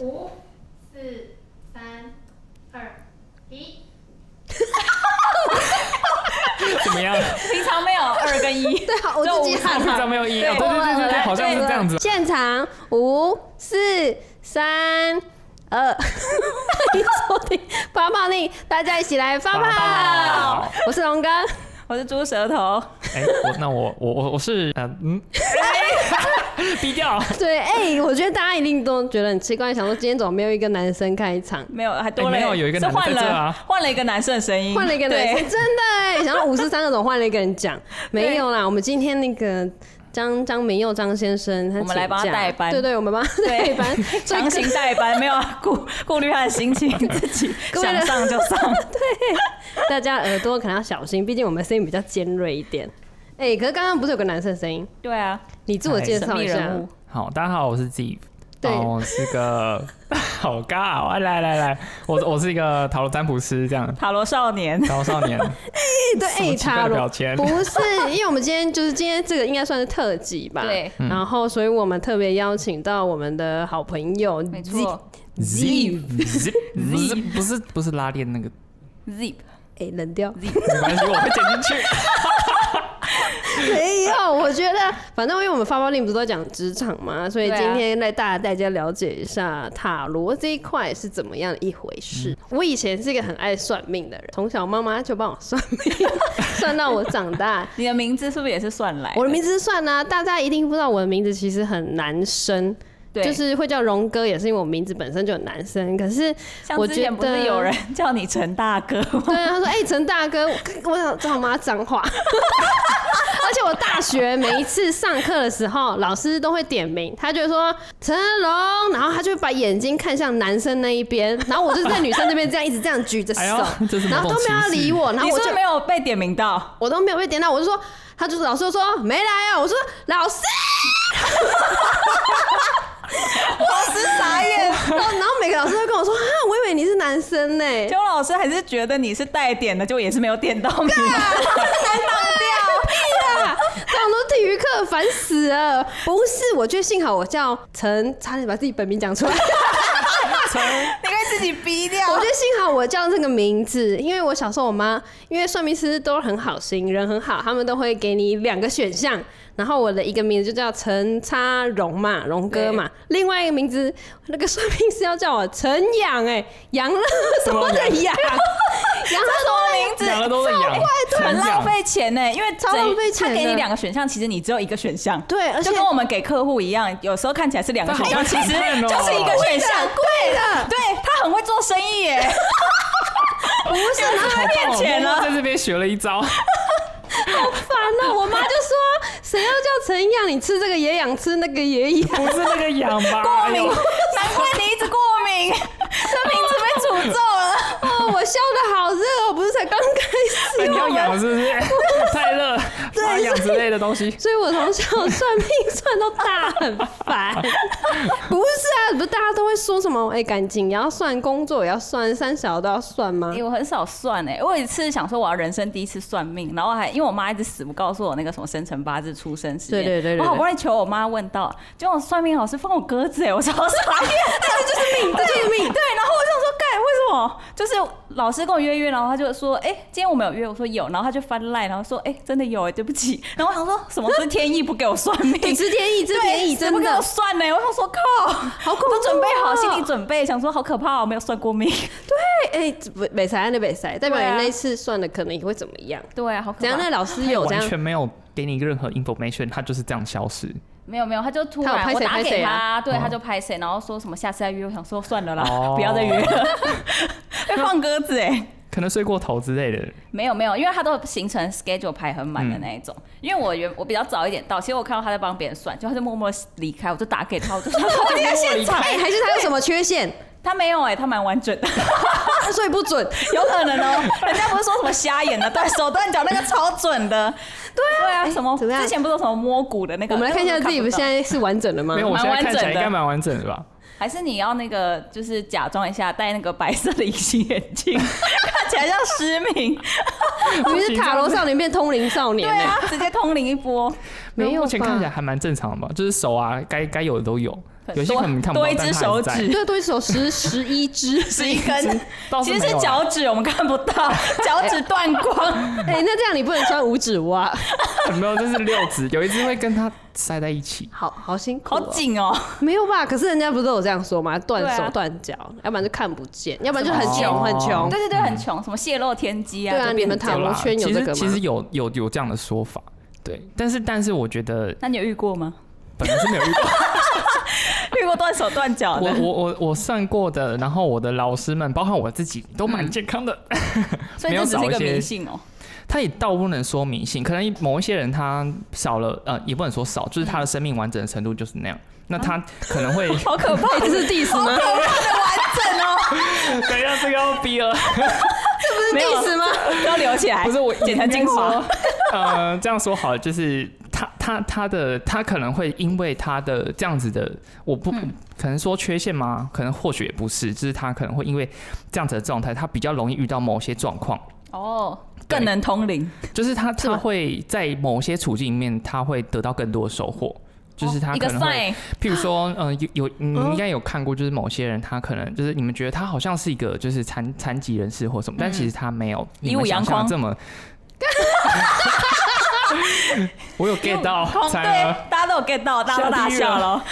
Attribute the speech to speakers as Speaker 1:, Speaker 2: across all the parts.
Speaker 1: 五
Speaker 2: 四三二一，
Speaker 3: 怎 么样？
Speaker 4: 平常没有二跟一，
Speaker 1: 对，啊好，我自己喊
Speaker 3: 平
Speaker 1: 了。
Speaker 3: 常没有一啊？
Speaker 4: 对
Speaker 3: 对对对对对，好像是这样子。
Speaker 1: 现场五四三 二，欢迎收听泡泡令，大家一起来发
Speaker 3: 发
Speaker 1: 泡
Speaker 3: 泡。
Speaker 1: 我是龙哥，
Speaker 4: 我是猪舌头，
Speaker 3: 哎，我那我我我我是呃嗯，
Speaker 4: 哎
Speaker 3: 低调。
Speaker 1: 对，哎、我觉得大家一定都觉得很奇怪，想说今天怎么没有一个男生开场，
Speaker 4: 没有还多
Speaker 3: 哎
Speaker 4: 了，
Speaker 3: 没有有一个
Speaker 4: 是
Speaker 3: 男的
Speaker 4: 换
Speaker 3: 在这
Speaker 4: 了
Speaker 3: 啊
Speaker 4: 换了一个男生的声音，
Speaker 1: 换了一个男生，
Speaker 4: 对
Speaker 1: 真的 哎、想到五四三个总换了一个人讲，没有啦，我们今天那个。张张明佑张先生，他
Speaker 4: 我们来
Speaker 1: 请
Speaker 4: 帮他
Speaker 1: 假
Speaker 4: 代班
Speaker 1: 对对，我们帮他代
Speaker 4: 对
Speaker 1: 班， 所以
Speaker 4: 强行代班，没有啊顾顾虑他的心 情，自己
Speaker 1: 各位
Speaker 4: 想上就 上。
Speaker 1: 大家耳朵可能要小心，毕竟我们声音比较尖锐一点。哎、可是刚刚不是有个男生的声音？
Speaker 4: 对啊，
Speaker 1: 你自我介
Speaker 4: 哎神
Speaker 1: 绍
Speaker 4: 秘
Speaker 1: 一
Speaker 4: 人
Speaker 1: 下
Speaker 4: 物。，
Speaker 3: 好，大家好，我是 Steve。
Speaker 1: 对
Speaker 3: 哦我是个 好尬哦，哎来来来，我我是一个塔罗占卜师，这样
Speaker 4: 塔罗少年，
Speaker 3: 塔罗少 年，
Speaker 1: 对，
Speaker 3: 什么
Speaker 1: 哎，
Speaker 3: 奇怪
Speaker 1: 塔
Speaker 3: 的
Speaker 1: 罗
Speaker 3: 标签
Speaker 1: 不是，因为我们今天就是今天这个应该算是特辑吧。
Speaker 4: 对。
Speaker 3: 嗯
Speaker 1: 然后，所以我们特别邀请到我们的好朋友 Z，
Speaker 4: 没错
Speaker 3: Zip Zip 不是不是不是拉链那个，
Speaker 4: ，Zip
Speaker 1: 哎，冷掉
Speaker 4: Zip，
Speaker 3: 没关系，我会剪进 去。
Speaker 1: 没有？我觉得，反正因为我们发包令不是都在讲职场嘛，所以
Speaker 4: 对啊
Speaker 1: 今天来大家大家了解一下塔罗这一块是怎么样一回事。
Speaker 3: 嗯
Speaker 1: 我以前是一个很爱算命的人，从小妈妈就帮我算 命，算到我长大。
Speaker 4: 你的名字是不是也是算来？
Speaker 1: 我的名字是算啊，大家一定不知道我的名字其实很男生，
Speaker 4: 对，
Speaker 1: 就是会叫荣哥，也是因为我名字本身就很男生。可是
Speaker 4: 像
Speaker 1: 我
Speaker 4: 之
Speaker 1: 觉
Speaker 4: 前不
Speaker 1: 得
Speaker 4: 是有人叫你陈大哥吗？
Speaker 1: 对啊，他说：“哎、陈大哥，我我想知道我妈脏话。” 而且我大学每一次上课的时候，老师都会点名，他就会说陈龙，然后他就会把眼睛看向男生那一边，然后我就在女生这边这样一直这样举着手，
Speaker 3: 哎 呦这是某种
Speaker 1: 然后都没有要
Speaker 3: 歧视
Speaker 1: 理我，然后
Speaker 4: 你
Speaker 1: 我
Speaker 4: 是不
Speaker 1: 就是
Speaker 4: 没有被点名到？
Speaker 1: 我都没有被点到，我就说，他就是老师就说没来啊，我说老师，
Speaker 4: 老师傻眼，
Speaker 1: 然后然后每个老师都跟我说啊，我以为你是男生呢、
Speaker 4: 邱老师还是觉得你是带点的，就也是没有点到你。
Speaker 1: 啊，这种都体育课烦死了。不是，我觉得幸好我叫陈，差点把自己本名讲 出来。
Speaker 4: 你可以自己逼掉
Speaker 1: 我觉得幸好我叫这个名字，因为我小时候我妈，因为算命师都很好心，人很好，他们都会给你两个选项。然后我的一个名字就叫陈差荣嘛，荣哥嘛。另外一个名字，那个算命师要叫我陈养，哎，养乐 什么的养，养乐
Speaker 4: 什么 名字？
Speaker 3: 养了都是养，
Speaker 4: 很
Speaker 3: 纯
Speaker 4: 浪
Speaker 3: 养。
Speaker 4: 费钱呢、因为
Speaker 1: 超浪费钱的
Speaker 4: 他给你两个选项，其实你只有一个选项。
Speaker 1: 对，而且
Speaker 4: 就跟我们给客户一样，有时候看起来是两个选项，
Speaker 3: 但好
Speaker 4: 其
Speaker 3: 像
Speaker 4: 实
Speaker 3: 很笨哦
Speaker 4: 就是 一个选项。
Speaker 1: 贵的。
Speaker 4: 对他很会做生意耶，
Speaker 1: 不是，然后
Speaker 4: 他骗钱
Speaker 3: 我
Speaker 4: 了。
Speaker 3: 在这边学了一招，
Speaker 1: 烦了，我妈就说谁要叫陈养，你吃这个也养，吃那个也养。
Speaker 3: 不是那个养吧？
Speaker 4: 过
Speaker 3: 哎
Speaker 4: 敏，
Speaker 3: 呦
Speaker 4: 难怪你一直过 敏，这名字被诅咒了。
Speaker 1: 哦，我笑的好热，我不是才刚开
Speaker 3: 哎
Speaker 1: 始
Speaker 3: 你
Speaker 1: 吗
Speaker 3: 要养是不是？太热，发痒之类的东西。
Speaker 1: 所以我从小算命算到大，很烦。不是啊，不是大家都会说什么？哎、感情也要算，工作也要算，三小都要算吗
Speaker 4: 哎、？我很少算哎、我有一次想说我要人生第一次算命，然后还因为我妈一直死不告诉我那个什么生辰八字、出生时间，
Speaker 1: 对对对对对
Speaker 4: 我好不容易求我妈问到，结果算命老师放我鸽子哎、我超傻眼， 这就是命，这就是命。对，然后我想说，干为什么？就是老师跟我约约，然后他就说，哎、今天我们有约，我说有，然后他就翻赖，然后说，哎、真的有哎、对不起。然后我想说，什么是天意不给我算命？
Speaker 1: 你知天意，知天意，
Speaker 4: 对
Speaker 1: 真
Speaker 4: 死不给我
Speaker 1: 的
Speaker 4: 算呢、我想说靠，
Speaker 1: 好恐怖、哦
Speaker 4: 都准备好心理。准备，想说好可怕、哦，没有算过命。
Speaker 1: 哎、哎，北北塞那北塞，代表
Speaker 4: 对
Speaker 1: 你
Speaker 4: 啊
Speaker 1: 那一次算的可能也会怎么样？
Speaker 4: 对啊，好可
Speaker 1: 怎
Speaker 4: 怕
Speaker 1: 样？。那老师
Speaker 3: 他也
Speaker 1: 有这
Speaker 3: 完
Speaker 1: 样？
Speaker 3: 全没有给你任何 information，他就是这样消失。
Speaker 4: 没有没有，他就突
Speaker 1: 他有
Speaker 4: 然
Speaker 1: 拍
Speaker 4: 我
Speaker 1: 谁
Speaker 4: 打
Speaker 1: 拍谁
Speaker 4: 给他，
Speaker 1: 啊
Speaker 4: 对，
Speaker 3: 哦
Speaker 4: 他就拍谁，然后说什么下次再约，我想说算了啦，
Speaker 3: 哦
Speaker 4: 不要再约了，被放鸽子哎、
Speaker 3: 可能睡过头之类的。
Speaker 4: 没有没有，因为他都行程 schedule 排很满的那一种。
Speaker 1: 嗯
Speaker 4: 因为我原我比较早一点到，其实我看到他在帮别人算，就他就默默离开，我就打给他，我就说他在现 场，
Speaker 1: 哎、还是他有什么缺陷？
Speaker 4: 他没有哎、他蛮完 整的，
Speaker 1: 啊 所以不准。
Speaker 4: 有可能哦、人家不是说什么瞎眼的，断手断脚那个超准的，对啊，对啊，什么
Speaker 1: 哎怎么样
Speaker 4: 之前不是有什么摸骨的那个，
Speaker 1: 我们来看一下自己
Speaker 4: 不
Speaker 1: 现在是完整的吗
Speaker 3: 没？有，我
Speaker 4: 蛮
Speaker 3: 现在
Speaker 4: 完
Speaker 3: 看起
Speaker 4: 整
Speaker 3: 来应该
Speaker 4: 的
Speaker 3: 蛮完整的吧？
Speaker 4: 还是你要那个，就是假装一下戴那个白色的隐形眼 镜，看起来像失明。
Speaker 1: 你是塔罗少年变通灵少年欸
Speaker 4: 对啊
Speaker 1: 呢、
Speaker 4: 啊，直接通灵一波。
Speaker 1: 没有
Speaker 3: 目前看起
Speaker 1: 吧
Speaker 3: 来还蛮正常的吧，就是手啊，该该有的都有，
Speaker 4: 可
Speaker 3: 有些
Speaker 4: 多
Speaker 3: 可能看不到
Speaker 4: 多一
Speaker 3: 但
Speaker 4: 只
Speaker 3: 它还
Speaker 4: 手
Speaker 3: 在
Speaker 4: 指，
Speaker 1: 对，啊多一手十十一只，
Speaker 4: 是一根，
Speaker 3: 倒是
Speaker 4: 其实
Speaker 3: 哦没
Speaker 4: 是
Speaker 3: 有啦啊
Speaker 4: 脚趾，我们看不 到，脚趾断光。
Speaker 1: 哎、那这样你不能穿五指袜，
Speaker 3: 没有，就是六指，有一只会跟它塞在一起。
Speaker 1: 好好辛苦、
Speaker 4: 好，紧哦、
Speaker 1: 没有吧？可是人家不是都有这样说吗？断
Speaker 4: 对啊
Speaker 1: 手断脚，要不然就看不见，要不然就很
Speaker 3: 什
Speaker 1: 穷
Speaker 3: 么哦
Speaker 1: 很穷。
Speaker 4: 对对对，很穷，什么泄露天机啊，
Speaker 1: 对啊
Speaker 4: 就变成
Speaker 1: 你们
Speaker 4: 这样
Speaker 1: 讨
Speaker 3: 有
Speaker 1: 论
Speaker 3: 啦
Speaker 1: 圈有
Speaker 3: 其
Speaker 1: 这
Speaker 3: 实
Speaker 1: 个
Speaker 3: 其
Speaker 1: 吗
Speaker 3: 实有有有这样的说法，对。但是但是我觉得
Speaker 4: 那你有遇过吗？
Speaker 3: 本来是没有遇到。
Speaker 4: 遇过断手断脚
Speaker 3: 我
Speaker 4: 的，
Speaker 3: 我我我算过的，然后我的老师们，包括我自己，都
Speaker 4: 嗯
Speaker 3: 蛮健康的。
Speaker 4: 所以
Speaker 3: 没
Speaker 4: 这
Speaker 3: 有
Speaker 4: 只是一
Speaker 3: 找一
Speaker 4: 个
Speaker 3: 些
Speaker 4: 迷信哦、
Speaker 3: 他也倒不能说迷信，可能某一些人他少了，呃，也不能说少，就是
Speaker 4: 嗯
Speaker 3: 他的生命完整程度就是那样。那
Speaker 4: 啊
Speaker 3: 他可能 会，
Speaker 4: 好可怕，
Speaker 1: 哎这是 diss
Speaker 3: 哦
Speaker 1: 吗？
Speaker 4: 真哦、
Speaker 3: 等一下这个要逼了，
Speaker 4: 没有
Speaker 1: diss 吗？
Speaker 4: 要留起来，
Speaker 3: 不是我
Speaker 4: 剪成精华。。
Speaker 3: 呃，这样说好了，就是他他他的他可能会因为他的这样子的，我不、
Speaker 4: 嗯
Speaker 3: 可能说缺陷吗？可能或许也不是，就是他可能会因为这样子的状态，他比较容易遇到某些状况。
Speaker 4: 哦，
Speaker 3: 对
Speaker 4: 更能通灵，
Speaker 3: 就是他
Speaker 1: 是
Speaker 3: 他
Speaker 1: 吗
Speaker 3: 会在某些处境里面，他会得到更多的收获。就是他
Speaker 4: 哦一
Speaker 3: 可
Speaker 4: 个
Speaker 3: 能会，
Speaker 4: sign，哦
Speaker 3: 譬如 说，嗯、有有，你
Speaker 1: 嗯
Speaker 3: 应该有看过，就是某些人他可能就是你们觉得他好像是一个就是残残疾人士或什么，但其实他没有
Speaker 4: 一
Speaker 3: 你
Speaker 4: 五
Speaker 3: 们
Speaker 4: 嗯阳
Speaker 3: 想象
Speaker 4: 光
Speaker 3: 的 这么。我有 get 到，
Speaker 4: 嗯空
Speaker 3: 猜了，
Speaker 4: 哦对，大家都有 get 到，大家都大
Speaker 3: 下地狱
Speaker 4: 笑
Speaker 3: 了
Speaker 4: 了。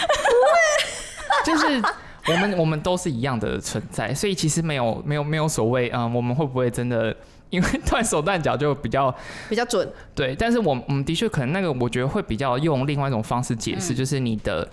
Speaker 3: 就是我们我们都是一样的存在，所以其实没有没有没有所谓，嗯、我们会不会真的因为断手断脚就比较
Speaker 1: 比较准，
Speaker 3: 对，但是我们我们的确可能那个，我觉得会比较用另外一种方式解释，就是你的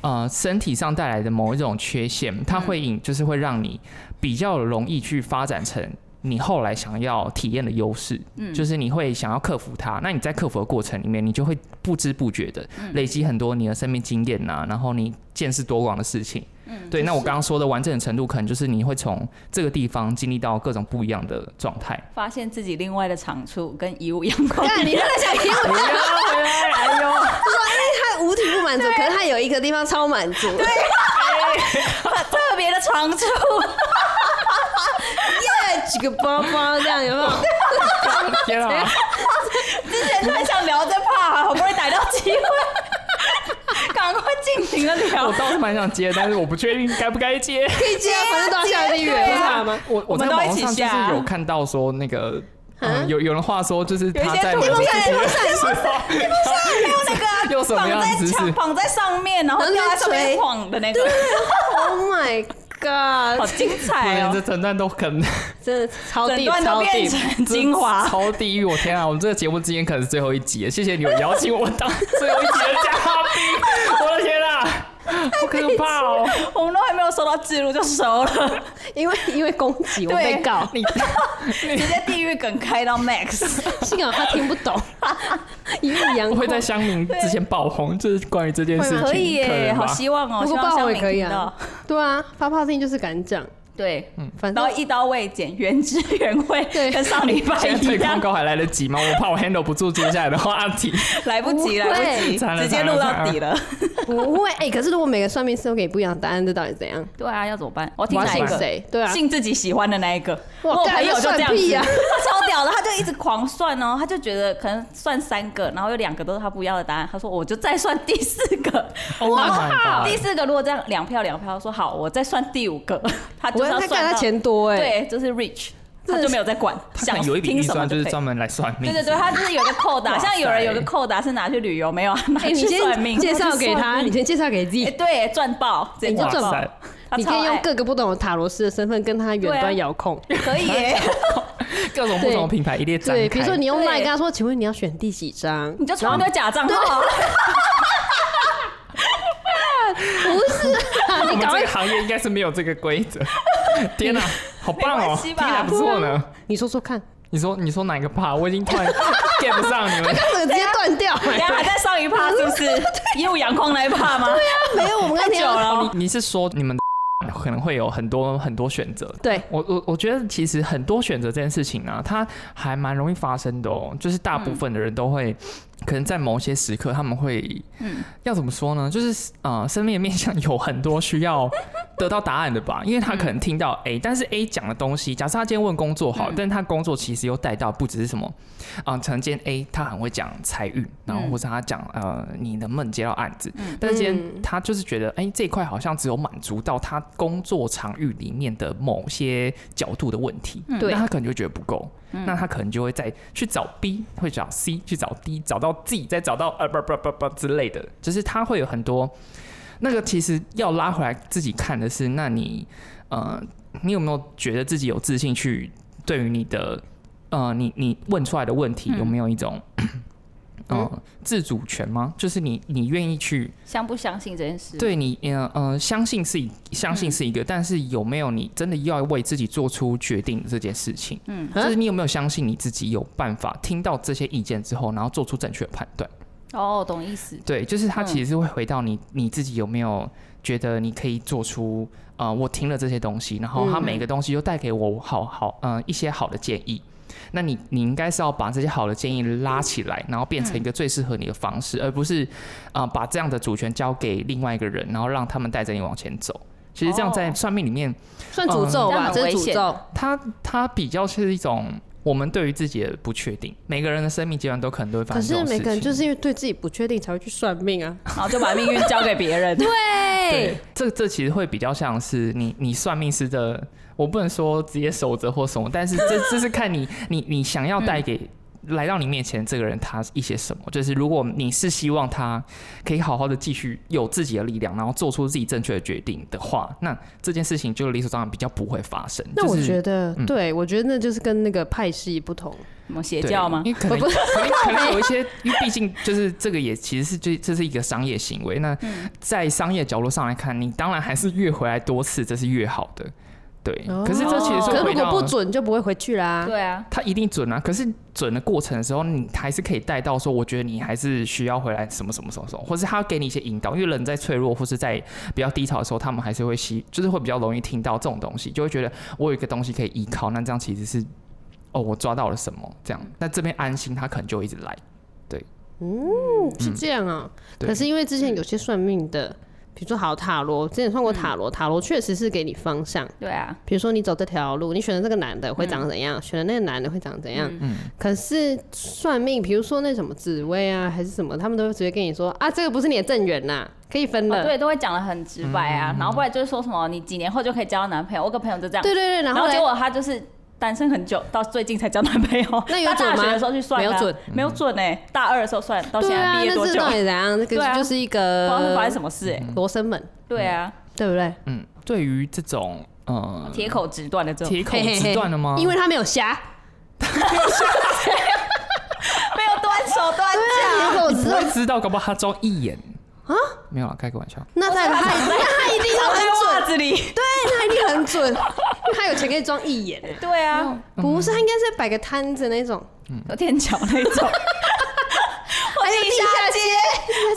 Speaker 3: 呃身体上带来的某一种缺陷，它会引就是会让你比较容易去发展成你后来想要体验的优势，就是你会想要克服它。那你在克服的过程里面，你就会不知不觉的累积很多你的生命经验呐、然后你见识多广的事情。对，那我刚刚说的完整的程度，可能就是你会从这个地方经历到各种不一样的状态。
Speaker 4: 发现自己另外的长处跟一物阳光
Speaker 1: 看你
Speaker 4: 一
Speaker 1: 真
Speaker 4: 样，
Speaker 1: 的想赢我，
Speaker 3: 哎呦！
Speaker 1: 他五体不 满足，可是他有一个地方超满足。对，
Speaker 4: 特别的长处，
Speaker 1: 举个包包这样有 没有？
Speaker 3: 天啊！
Speaker 4: 之前太想聊这怕，好不容易逮到机会，赶快尽情的聊
Speaker 3: 我。倒是蛮想接，但是我不确定该不该接。
Speaker 1: 可以接啊，反正都要下地狱了，
Speaker 4: 对
Speaker 1: 不
Speaker 4: 啊
Speaker 1: 怕吗？
Speaker 3: 我
Speaker 4: 我
Speaker 3: 我
Speaker 4: 们
Speaker 3: 在
Speaker 4: 都
Speaker 3: 网
Speaker 4: 一起
Speaker 3: 上就
Speaker 4: 下啊
Speaker 3: 是有看到说那个，
Speaker 1: 啊
Speaker 3: 嗯，有有人话说就是
Speaker 4: 有一
Speaker 3: 他
Speaker 4: 些
Speaker 3: 在
Speaker 4: 吐
Speaker 3: 某
Speaker 4: 露
Speaker 3: 些
Speaker 4: 在
Speaker 3: 地
Speaker 4: 吐露
Speaker 3: 方的时候
Speaker 4: 还有那个啊
Speaker 3: 用什么样的姿势
Speaker 4: 绑在绑在上面，然后
Speaker 1: 然后
Speaker 4: 掉在上
Speaker 1: 那个
Speaker 4: 面
Speaker 1: 锤
Speaker 4: 晃的那个，
Speaker 1: Oh my
Speaker 4: 好
Speaker 1: god！
Speaker 4: 精彩
Speaker 3: 连这
Speaker 4: 哦！
Speaker 3: 整段都很
Speaker 1: 真的超
Speaker 4: 整
Speaker 1: 地
Speaker 4: 段都
Speaker 1: 超
Speaker 4: 变
Speaker 1: 地，
Speaker 4: 成精华，
Speaker 3: 超地狱！我天啊，我们这个节目今天可能是最后一集了，谢谢你们邀请我当最后一集的嘉宾，我的天啊，好可怕哦！
Speaker 4: 我们都还没有收到记录就收了，
Speaker 1: 因为因为攻击我
Speaker 4: 对
Speaker 1: 被告，
Speaker 3: 你
Speaker 4: 直接地狱梗开 到 max。
Speaker 1: 幸好他听 不懂，一路阳
Speaker 3: 我
Speaker 1: 光
Speaker 3: 会在乡民之前爆红，就是关于这件事情，
Speaker 4: 可以耶，
Speaker 3: 能吧
Speaker 4: 好希望哦，
Speaker 1: 如
Speaker 4: 希
Speaker 1: 果
Speaker 4: 望
Speaker 1: 爆
Speaker 4: 香
Speaker 1: 我
Speaker 4: 明
Speaker 1: 也可以
Speaker 4: 听
Speaker 1: 啊
Speaker 4: 到。。
Speaker 1: 对啊，发泡听就是敢讲，
Speaker 4: 对，
Speaker 1: 反
Speaker 4: 然
Speaker 1: 正
Speaker 4: 后一刀未剪，原汁原味，
Speaker 1: 嗯对
Speaker 4: 跟上礼拜
Speaker 3: 现在
Speaker 4: 一
Speaker 3: 退 广
Speaker 4: 样，
Speaker 3: 告还来得及吗？我怕我 handle 不住接下来的话 题。
Speaker 4: 来不及，
Speaker 1: 不会
Speaker 4: 来不及，
Speaker 3: 惨了
Speaker 4: 直接录到底了。
Speaker 1: 不会哎。可是如果每个算命师都给不一样的答案，这到底怎样？
Speaker 4: 对啊，要怎么办？我听
Speaker 1: 我要
Speaker 4: 哪一
Speaker 1: 信
Speaker 4: 个？
Speaker 1: 谁？对啊，
Speaker 4: 信自己喜欢的那一个。
Speaker 1: 哇
Speaker 4: 我有
Speaker 1: 干
Speaker 4: 朋友就这
Speaker 1: 那
Speaker 4: 样
Speaker 1: 算屁啊
Speaker 4: 子，
Speaker 1: 呀
Speaker 4: 他超屌的，他就一直狂算 哦，他就觉得可能算三个，然后有两个都是他不要的答案，他说我就再算第四个，
Speaker 3: Oh
Speaker 4: 啊
Speaker 3: my
Speaker 4: 第
Speaker 3: god！
Speaker 4: 四个如果这样两票两票，他说好，我再算第五个，他就
Speaker 1: 我
Speaker 4: 是要
Speaker 1: 他
Speaker 4: 算
Speaker 1: 干他
Speaker 4: 到，
Speaker 1: 钱多哎，
Speaker 4: 对，就是 rich，他就没有在管，
Speaker 3: 他可
Speaker 4: 想
Speaker 3: 能有一笔
Speaker 4: 听
Speaker 3: 预
Speaker 4: 什么
Speaker 3: 算就是
Speaker 4: 可以
Speaker 3: 专门来算命。
Speaker 4: 对对对，他就是有个扣打，
Speaker 3: 哇塞
Speaker 4: 像有人有个扣打是拿去旅游，没有啊拿
Speaker 1: 哎，
Speaker 4: 去
Speaker 1: 你
Speaker 4: 算
Speaker 1: 先
Speaker 4: 命，
Speaker 1: 介绍给他，你先介绍给自己
Speaker 4: 哎，对，赚爆，直接
Speaker 1: 你就
Speaker 4: 赚
Speaker 1: 赚
Speaker 4: 爆
Speaker 3: 爆，
Speaker 4: 他
Speaker 1: 你
Speaker 4: 超
Speaker 1: 可以 用
Speaker 4: 爱
Speaker 1: 各个不同的塔罗师的身份跟他远
Speaker 4: 对啊
Speaker 1: 端遥控。
Speaker 4: 可以耶，
Speaker 3: 各种不同的品牌一列展
Speaker 1: 对，
Speaker 3: 开。
Speaker 1: 比如说你用
Speaker 4: 对
Speaker 1: 麦跟他说，请问你要选第几 张？
Speaker 4: 你就创一个假账号，
Speaker 1: 不是
Speaker 3: 我
Speaker 1: 啊，
Speaker 3: 们
Speaker 1: 你赶
Speaker 3: 这
Speaker 1: 快
Speaker 3: 个，行业应该是没有这个规则。天哪，好棒
Speaker 4: 没
Speaker 3: 哦
Speaker 4: 关，系
Speaker 3: 听起
Speaker 4: 吧
Speaker 3: 来不错呢。
Speaker 1: 你说说看，
Speaker 3: 你说你说哪一个怕？我已经突然 get 不上你们。
Speaker 1: 这个直接断掉。
Speaker 4: 等一下还在上一趴是不是？一路阳光那一趴吗？
Speaker 1: 没有，我们
Speaker 4: 太
Speaker 1: 刚
Speaker 4: 久
Speaker 1: 讲
Speaker 4: 了，
Speaker 3: 你是说你们的可能会有很多很多选择？
Speaker 1: 对，
Speaker 3: 我我我觉得其实很多选择这件事情呢、啊，它还蛮容易发生的哦。就是大部分的人都会，可能在某些时刻他们会，
Speaker 4: 嗯
Speaker 3: 要怎么说呢？就是呃，生命的面向有很多需要得到答案的 吧，因为他可能听到 A，、但是 A 讲的东西，假设他今天问工作好，
Speaker 4: 嗯
Speaker 3: 但他工作其实又带到不只是什么啊，可能今天 A 他很会讲财运，然后
Speaker 4: 嗯
Speaker 3: 或者他讲呃你能不能接到案子，
Speaker 4: 嗯
Speaker 3: 但是今
Speaker 1: 嗯
Speaker 3: 天他就是觉得哎、这一块好像只有满足到他工作场域里面的某些角度的问题，
Speaker 4: 嗯
Speaker 1: 对
Speaker 3: 那他可能就觉得不够，
Speaker 4: 嗯
Speaker 3: 那他可能就会再去找 B，会找 C，去找 D，找到 Z，再找到呃不不不不之类的，就是他会有很多。那个其实要拉回来自己看的是，那你呃，你有没有觉得自己有自信去对于你的呃，你你问出来的问题
Speaker 4: 嗯
Speaker 3: 有没有一种？嗯、自主权吗？就是你，你愿意去
Speaker 4: 相不相信这件事？，
Speaker 3: 对你，嗯嗯，相信是一相信是一个，但是有没有你真的要为自己做出决定这件事情？
Speaker 4: 嗯，
Speaker 3: 就是你有没有相信你自己有办法听到这些意见之后，然后做出正确的判断？
Speaker 4: 哦，懂意思。
Speaker 3: 对，就是它
Speaker 4: 嗯
Speaker 3: 其实会回到你你自己有没有觉得你可以做出呃，我听了这些东西，然后它
Speaker 1: 嗯
Speaker 3: 每个东西又带给我好好嗯、呃一些好的建议。那你你应该是要把这些好的建议拉起来，然后变
Speaker 1: 嗯
Speaker 3: 成一个最适合你的方式，而不是啊、呃把这样的主权交给另外一个人，然后让他们带着你往前走。其实这样在
Speaker 4: 哦
Speaker 3: 算命里面，
Speaker 1: 算诅咒吧，
Speaker 4: 嗯
Speaker 1: 这是诅咒。
Speaker 3: 它它比较是一种我们对于自己的不确定。每个人的生命阶段都可能都会发
Speaker 1: 可
Speaker 3: 生这
Speaker 1: 是
Speaker 3: 种事情。
Speaker 1: 每个人就是因为对自己不确定才会去算命啊。
Speaker 4: 然后就把命运交给别人。对，
Speaker 1: 对
Speaker 3: 对，，这这其实会比较像是你你算命师的，我不能说直接守着或什么，但是这这是看你你你想要
Speaker 1: 嗯
Speaker 3: 带给。来到你面前这个人，他一些什么？就是如果你是希望他可以好好的继续有自己的力量，然后做出自己正确的决定的话，那这件事情就理所当然比较不会发生。
Speaker 1: 那我
Speaker 3: 就是
Speaker 1: 觉得，
Speaker 3: 嗯
Speaker 1: 对我觉得那就是跟那个派系不同。
Speaker 4: 什么邪
Speaker 3: 对
Speaker 4: 教吗？
Speaker 3: 因为可能可能可能有一些，因为毕竟就是这个也其实是这这是一个商业行为。那在商业角度上来看，你当然还是越回来多次，这是越好的。对，嗯
Speaker 1: 哦
Speaker 3: 可是这其实
Speaker 1: 可
Speaker 3: 是
Speaker 1: 是
Speaker 3: 回
Speaker 1: 如果
Speaker 3: 到
Speaker 1: 不准就不会回去啦。
Speaker 4: 对啊，
Speaker 3: 它一定准啊。可是准的过程的时候，你还是可以带到说，我觉得你还是需要回来什么什么什么什么，或是他给你一些引导，因为人在脆弱或是在比较低潮的时候，他们还是会吸，就是会比较容易听到这种东西，就会觉得我有一个东西可以依靠，那这样其实是哦，我抓到了什么这样，那这边安心，他可能就一直来。
Speaker 1: 嗯是这样啊。
Speaker 3: 对
Speaker 1: 可是因为之前有些算命的，比如说好塔罗，我之前算过塔
Speaker 3: 嗯
Speaker 1: 罗，塔罗确实是给你方向。
Speaker 4: 对啊，
Speaker 1: 比如说你走这条路，你选的这个男的会长
Speaker 4: 嗯
Speaker 1: 怎样，选的那个男的会长怎样。
Speaker 3: 嗯
Speaker 1: 可是算命，比如说那什么紫薇啊，还是什么，他们都会直接跟你说啊，这个不是你的正缘呐，可以分
Speaker 4: 哦
Speaker 1: 了。
Speaker 4: 对，都会讲的很直白啊，
Speaker 1: 嗯
Speaker 4: 然后不然就是说什么你几年后就可以交到男朋友，我有个朋友就这样，
Speaker 1: 对对对，然
Speaker 4: 啊然
Speaker 1: 后
Speaker 4: 后
Speaker 1: 嘞
Speaker 4: 结果他就是单身很久，到最近才交男朋友。
Speaker 1: 那有
Speaker 4: 他
Speaker 1: 准吗
Speaker 4: 大学的时候去算啊，
Speaker 1: 没有准
Speaker 4: 没有准哎，大二的时候算，到现
Speaker 1: 对
Speaker 4: 在
Speaker 1: 啊，
Speaker 4: 毕业
Speaker 1: 那
Speaker 4: 多
Speaker 1: 是
Speaker 4: 久？
Speaker 1: 到
Speaker 4: 不
Speaker 1: 底
Speaker 4: 知
Speaker 1: 怎样？那
Speaker 4: 对
Speaker 1: 个
Speaker 4: 啊
Speaker 1: 就是一
Speaker 4: 道会发
Speaker 1: 个
Speaker 4: 生什么事哎。
Speaker 1: 罗生门，
Speaker 4: 对啊，
Speaker 1: 对不对？
Speaker 3: 嗯，对于这种呃
Speaker 4: 铁口直断的这种，
Speaker 3: 铁口直断的
Speaker 4: 哦
Speaker 3: 吗？
Speaker 1: 因为他没有
Speaker 4: 啊
Speaker 1: 瞎，
Speaker 4: 没有断手断脚。
Speaker 1: 如果啊我
Speaker 3: 你
Speaker 1: 知
Speaker 3: 不
Speaker 1: 道，
Speaker 3: 会知道，搞不好他只要一眼啊，没有啦，开个玩笑。
Speaker 1: 那他他他一定
Speaker 4: 藏在袜
Speaker 1: 很准，
Speaker 4: 子里，
Speaker 1: 对，他一定很准，因为他有钱可以装一
Speaker 3: 嗯
Speaker 1: 眼。
Speaker 4: 对啊，
Speaker 1: 不是，他应该是摆个摊子那种，
Speaker 4: 有天桥那 种，
Speaker 1: 还哎有地下街，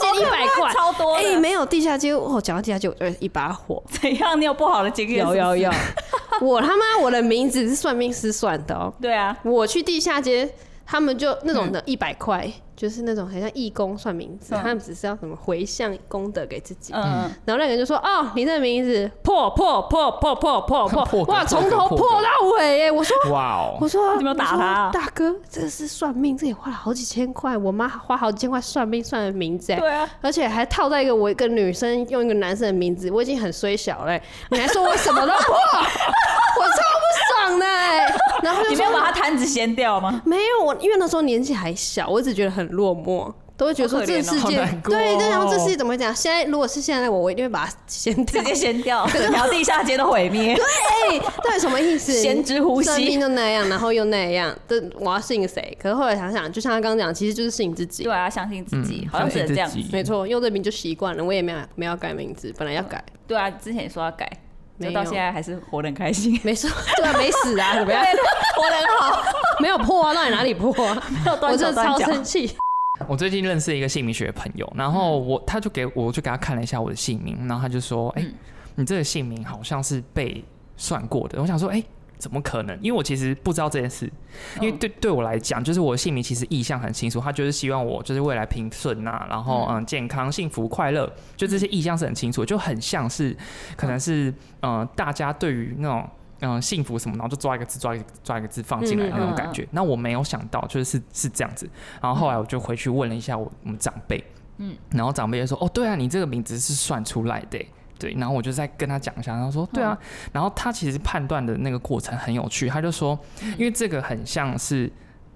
Speaker 4: 哦
Speaker 1: 地下街一百块，
Speaker 4: 超多的
Speaker 1: 哎，没有地下街，我讲到地下街，我就一 把火。
Speaker 4: 怎样？你有不好的经验？
Speaker 1: 有有有，，我他妈我的名字是算命师算的哦。
Speaker 4: 对啊，
Speaker 1: 我去地下街，他们就那种的一百块，就是那种很像义工算名字，
Speaker 4: 嗯
Speaker 1: 他们只是要什么回向功德给自己。
Speaker 4: 嗯，
Speaker 1: 然后那个人就说：“哦，你这个名字破破破破破 破
Speaker 3: 很
Speaker 1: 破，
Speaker 3: 破格
Speaker 1: 哇，
Speaker 3: 破格
Speaker 1: 从头
Speaker 3: 破格
Speaker 1: 破到尾耶！”我说
Speaker 3: 哇哦，
Speaker 1: 我说
Speaker 4: 你有没有打
Speaker 1: 我说
Speaker 4: 他啊
Speaker 1: 大哥，这是算命，这也花了好几千块，我妈花好几千块算命算的名字，哎，
Speaker 4: 对啊，
Speaker 1: 而且还套在一个我一个女生用一个男生的名字，我已经很衰小嘞、哎你还说我什么都破，我超不爽的、哎然后就
Speaker 4: 你没
Speaker 1: 说
Speaker 4: 有把他摊子掀掉吗？
Speaker 1: 没有我，因为那时候年纪还小，我一直觉得很落寞。都会觉得说
Speaker 4: 好可
Speaker 1: 这
Speaker 4: 怜哦
Speaker 1: 个世界，
Speaker 3: 好难过哦
Speaker 1: 对，就想说这世界怎么会这样？现在如果是现在的我，我一定会把它掀掉
Speaker 4: 直。接掀掉，整条地下街都毁灭。
Speaker 1: 哎、到底什么意思？
Speaker 4: 先知呼吸
Speaker 1: 生命就那样，然后又那样，这我要信谁？可是后来想想，就像他刚刚讲，其实就是信自己。
Speaker 4: 对啊，相信自己，
Speaker 3: 嗯
Speaker 4: 好像只能这样
Speaker 3: 相。信自己
Speaker 1: 没错，用这名就习惯了，我也没有没有要改名字，本来要改，
Speaker 4: 对啊，之前也说要改，
Speaker 1: 没
Speaker 4: 就
Speaker 1: 有
Speaker 4: 到现在还是活得很开心
Speaker 1: 。没错，对啊，没死啊，怎 么样？
Speaker 4: 活得很好，
Speaker 1: 没有破啊，到底哪里破 啊？
Speaker 4: 没有
Speaker 1: 我
Speaker 4: 断手
Speaker 1: 真的
Speaker 4: 断
Speaker 1: 超
Speaker 4: 脚。
Speaker 1: 生气。
Speaker 3: 我最近认识一个姓名学的朋友，然后我他就给我就给他看了一下我的姓名，然后他就说：“哎、你这个姓名好像是被算过的。”我想说：“哎、怎么可能？因为我其实不知道这件事，因为对对我来讲，就是我的姓名其实意向很清楚，他就是希望我就是未来平顺呐、然后嗯健康、幸福、快乐，就这些意向是很清楚，就很像是可能是嗯、呃大家对于那种。嗯，幸福什么，然后就抓一个字，抓一个抓一个字放进来的那种感觉。那我没有想到，就是是是这样子。然后后来我就回去问了一下我我们长辈，嗯，然后长辈就说：“哦，对啊，你这个名字是算出来的欸。”对，然后我就再跟他讲一下，然后说：“对啊。然后他其实判断的那个过程很有趣，他就说，
Speaker 4: 嗯
Speaker 3: 因为这个很像是